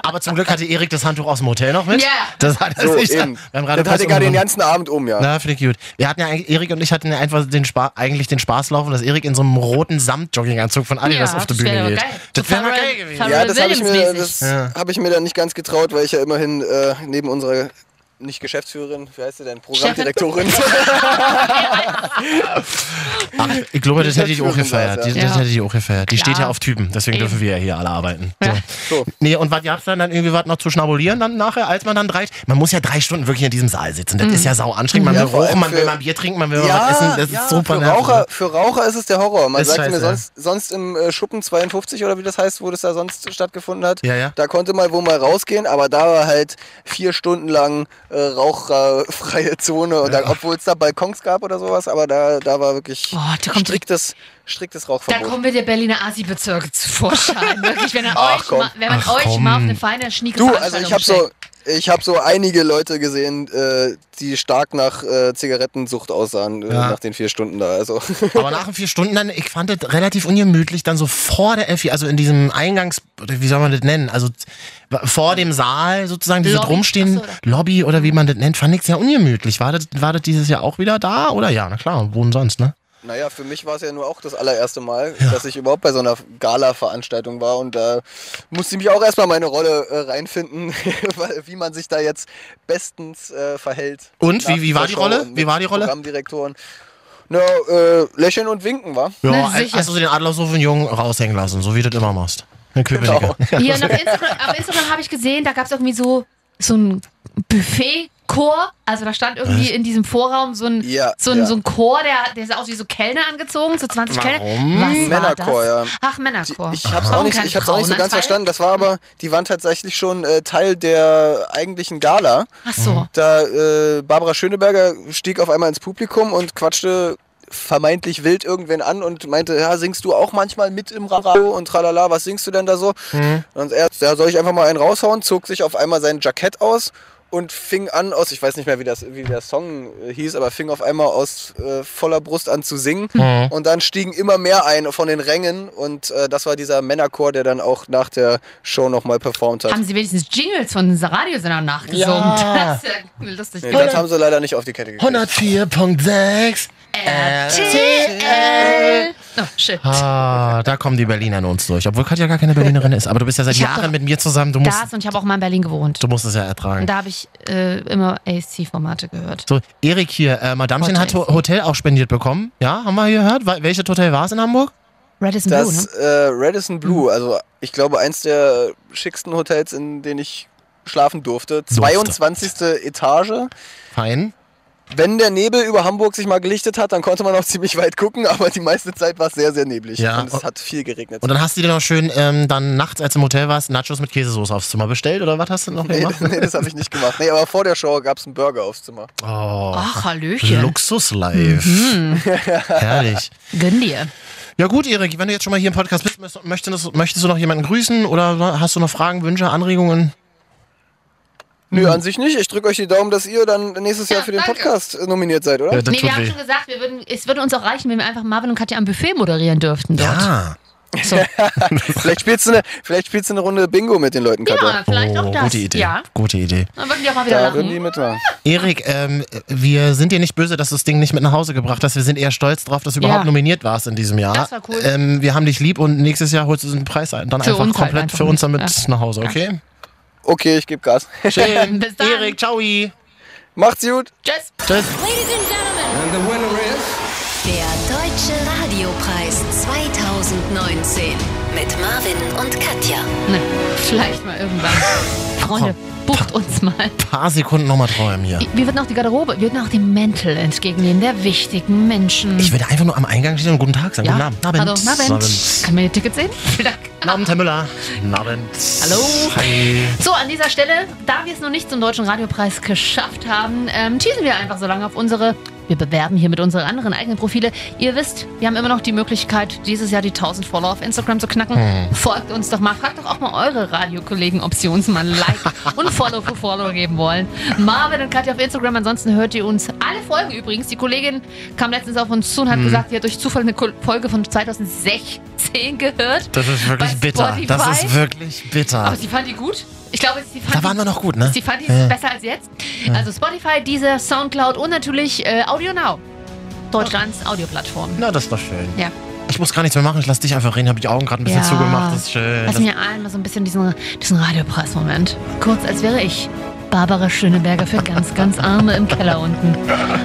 Aber zum Glück hatte Erik das Handtuch aus dem Hotel noch mit. Ja. Das hat er So, sich eben. beim Das Radiopreis hatte gar den umgenommen. ganzen Abend um, ja. Na, finde ich gut. Wir hatten ja eigentlich, Erik und ich hatten ja einfach den Spaß, eigentlich den Spaß laufen, dass Erik in so einem roten Samt-Jogginganzug von Adidas Ja, auf die das wär Bühne aber geht. geil. Das wäre mal Pharrell- geil gewesen. Pharrell- ja, das habe ich, mir- Williams-mäßig. das Ja. hab ich mir dann nicht ganz getraut, weil ich ja immerhin äh, neben unserer nicht Geschäftsführerin, wie heißt sie denn, Programmdirektorin. (laughs) Ach, ich glaube, das hätte ich auch Geschäftsführerin gefeiert. war's, ja. Die- Das Ja. hätte ich auch gefeiert. Die steht ja Klar. auf Typen, deswegen Eben. dürfen wir ja hier alle arbeiten. So. So. Nee, und was gab's dann? Dann irgendwie was noch zu schnabulieren dann nachher, als man dann drei... Man muss ja drei Stunden wirklich in diesem Saal sitzen. Mhm. Das ist ja sau anstrengend. Man Ja, will vor allem rauchen, man für- will mal Bier trinken, man will mal was essen. ja, Das ja ist super für, nervig. Raucher, für Raucher ist es der Horror. Man Ist sagt mir scheiße, sonst, sonst im äh, Schuppen 52 oder wie das heißt, wo das da sonst stattgefunden hat, Ja, ja. da konnte mal wo mal rausgehen, aber da war halt vier Stunden lang äh, raucherfreie Zone, und dann, obwohl es da Balkons gab oder sowas, aber da, da war wirklich Oh, da kommt- striktes, striktes Da Rauchverbot. kommen wir der Berliner Asi-Bezirke zu Vorschein. (laughs) Wirklich, wenn, ihr Ach, euch, komm. mal, wenn man Ach, euch komm. mal auf eine feine, schnieke um Du, also Veranstaltung ich habe so, schickt. ich habe so einige Leute gesehen, äh, die stark nach äh, Zigarettensucht aussahen äh, Ja. nach den vier Stunden da. Also Aber nach den vier Stunden dann, ich fand das relativ ungemütlich, dann so vor der Elfi, also in diesem Eingangs, oder wie soll man das nennen, also vor dem Saal sozusagen, diese Lobby? drumstehen, Ach so, Lobby oder wie man das nennt, fand ich sehr ungemütlich. War das, war das dieses Jahr auch wieder da? Oder ja, na klar, wo denn sonst, ne? Naja, für mich war es ja nur auch das allererste Mal, dass ich überhaupt bei so einer Gala-Veranstaltung war und da musste ich mich auch erstmal meine Rolle äh, reinfinden, (laughs) weil- wie man sich da jetzt bestens äh, verhält. Und? Wie- wie Nach war die der Show Rolle? und Wie mit war die Rolle? Programmdirektoren. Na, äh, lächeln und winken, war. Ja, Na, hast sicher. also du den Adlershofen Jungen raushängen lassen, so wie du das immer machst. Eine Köpenicker. (laughs) Genau. Hier, und auf Instagram, auf Instagram habe ich gesehen, da gab es irgendwie so, so ein Buffet Chor, also da stand irgendwie in diesem Vorraum so ein, Ja, so ein, ja. so ein Chor, der, der sah aus wie so Kellner angezogen, so 20 Kellner. Warum? Was war Männerchor, das? ja. Ach, Männerchor. Ich hab's auch nicht, ich hab's auch nicht so ganz verstanden. Das war aber, die waren tatsächlich schon äh, Teil der eigentlichen Gala. Ach so. Da äh, Barbara Schöneberger stieg auf einmal ins Publikum und quatschte vermeintlich wild irgendwen an und meinte, ja, singst du auch manchmal mit im Radio und tralala, was singst du denn da so? Mhm. Und er, ja, soll ich einfach mal einen raushauen, zog sich auf einmal sein Jackett aus und fing an aus, ich weiß nicht mehr, wie, das, wie der Song äh, hieß, aber fing auf einmal aus äh, voller Brust an zu singen. Mhm. Und dann stiegen immer mehr ein von den Rängen und äh, das war dieser Männerchor, der dann auch nach der Show nochmal performt hat. Haben sie wenigstens Jingles von dieser Radiosendern nachgesungen? Ja. (laughs) Das ist ja lustig. nee, das haben sie leider nicht auf die Kette gekriegt. 104.6 Äh, TL. Oh, shit. Ah, da kommen die Berliner an uns durch. Obwohl Katja gar keine Berlinerin ist. Aber du bist ja seit Ich hab Jahren doch mit mir zusammen. Du musst, das und ich habe auch mal in Berlin gewohnt. du musst es ja ertragen. Und da habe ich äh, immer ASC-Formate gehört. So, Erik hier, äh, Madamchen hat Hotel. Ho- Hotel auch spendiert bekommen. Ja, haben wir hier gehört? Wel- Welches Hotel war es in Hamburg? Radisson Das ne? äh, Radisson Mhm. Blue, also ich glaube eins der schicksten Hotels, in denen ich schlafen durfte. 22. Etage. Fein. Wenn der Nebel über Hamburg sich mal gelichtet hat, dann konnte man auch (laughs) ziemlich weit gucken, aber die meiste Zeit war es sehr, sehr neblig. Ja. Und es hat viel geregnet. Und dann hast du dir noch schön ähm, dann nachts, als du im Hotel warst, Nachos mit Käsesoße aufs Zimmer bestellt oder was hast du noch nee, gemacht? (laughs) nee, das habe ich nicht gemacht. Nee, aber vor der Show gab es einen Burger aufs Zimmer. Oh, Ach, Mhm. Hallöchen. Luxus live. (laughs) (laughs) Herrlich. Gönn dir. Ja gut, Erik, wenn du jetzt schon mal hier im Podcast bist, möchtest, möchtest, möchtest du noch jemanden grüßen oder hast du noch Fragen, Wünsche, Anregungen? Mhm. Nö, an sich nicht. Ich drücke euch die Daumen, dass ihr dann nächstes Jahr für den Podcast äh, nominiert seid, oder? (laughs) Ja, das Nee, wir haben schon gesagt, wir würden, es würde uns auch reichen, wenn wir einfach Marvin und Katja am Buffet moderieren dürften dort. Ja. vielleicht, spielst du eine, vielleicht spielst du eine Runde Bingo mit den Leuten, Katja. Ja, Genau, vielleicht auch das. Oh, Gute Idee. Ja. Gute Idee. Dann würden die auch mal wieder Da würden lachen. die mitmachen. Erik, ähm, wir sind dir nicht böse, dass du das Ding nicht mit nach Hause gebracht hast. Wir sind eher stolz drauf, dass du Ja. überhaupt nominiert warst in diesem Jahr. Das war cool. Ähm, wir haben dich lieb und nächstes Jahr holst du den Preis ein. Dann Für einfach uns halt komplett einfach für uns damit mit. nach Hause, okay? Okay, ich gebe Gas. Schön. (laughs) Bis dann. Erik, ciao. (laughs) Macht's gut. Tschüss. Tschüss. Ladies and gentlemen. Der Deutsche Radiopreis 2019 mit Marvin und Katja. Na, Ne, vielleicht mal irgendwann. Freunde, bucht uns mal. Paar Sekunden nochmal träumen hier. Wir würden auch die Garderobe, wir würden auch den Mäntel entgegennehmen, der wichtigen Menschen. Ich würde einfach nur am Eingang stehen und guten Tag sagen. ja. Guten Abend. Hallo, Abend. Kann man Ihr Ticket sehen? (laughs) Vielen Dank. Guten Abend, Herr Müller. Guten Abend. Hallo. Hi. So, an dieser Stelle, da wir es noch nicht zum Deutschen Radiopreis geschafft haben, ähm, teasen wir einfach so lange auf unsere. Wir bewerben hier mit unseren anderen eigenen Profile. Ihr wisst, wir haben immer noch die Möglichkeit, dieses Jahr die 1000 Follower auf Instagram zu knacken. Hm. Folgt uns doch mal. Fragt doch auch mal eure Radiokollegen, ob sie uns mal (laughs) ein Like und Follow für Follow geben wollen. Marvin und Katja auf Instagram. Ansonsten hört ihr uns alle Folgen übrigens. Die Kollegin kam letztens auf uns zu und hat Hm. gesagt, sie hat durch Zufall eine Ko- Folge von 2016 gehört. Das ist wirklich Bei bitter. Das Spotify. ist wirklich bitter. Aber sie fand die gut. Ich glaube, sie fand Da die- waren wir noch gut, ne? Sie fand die Ja. besser als jetzt. Also Spotify, dieser Soundcloud und natürlich äh, Audio Now. Deutschlands Audioplattform. Na, das ist doch schön. Ja. Ich muss gar nichts mehr machen. Ich lass dich einfach reden. Habe die Augen gerade ein bisschen Ja. zugemacht. Das ist schön. Lass Das mir einmal so ein bisschen diesen, diesen Radiopreis-Moment. Kurz, als wäre ich Barbara Schöneberger für ganz, ganz Arme im Keller unten.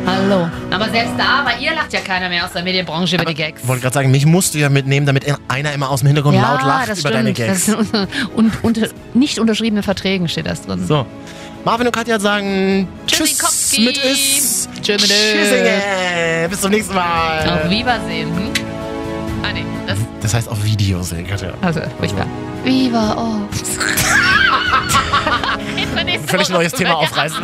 Hallo. Aber selbst da, bei ihr lacht ja keiner mehr aus der Medienbranche über die Gags. wollte gerade sagen, mich musst du ja mitnehmen, damit einer immer aus dem Hintergrund laut lacht das über stimmt. deine Gags. Das ist in unseren un unter nicht unterschriebenen Verträgen steht das drin. So. Marvin und Katja sagen Tschüss Tschüssikowski. mit Is. Tschö mit Is. Tschüssinge. Bis zum nächsten Mal. Auf Wiedersehen. Hm? Ah, nee, das. Das heißt auf Video sehen, Katja. Also, furchtbar. Viva (laughs) Ops. (laughs) Völlig neues Thema aufreißen.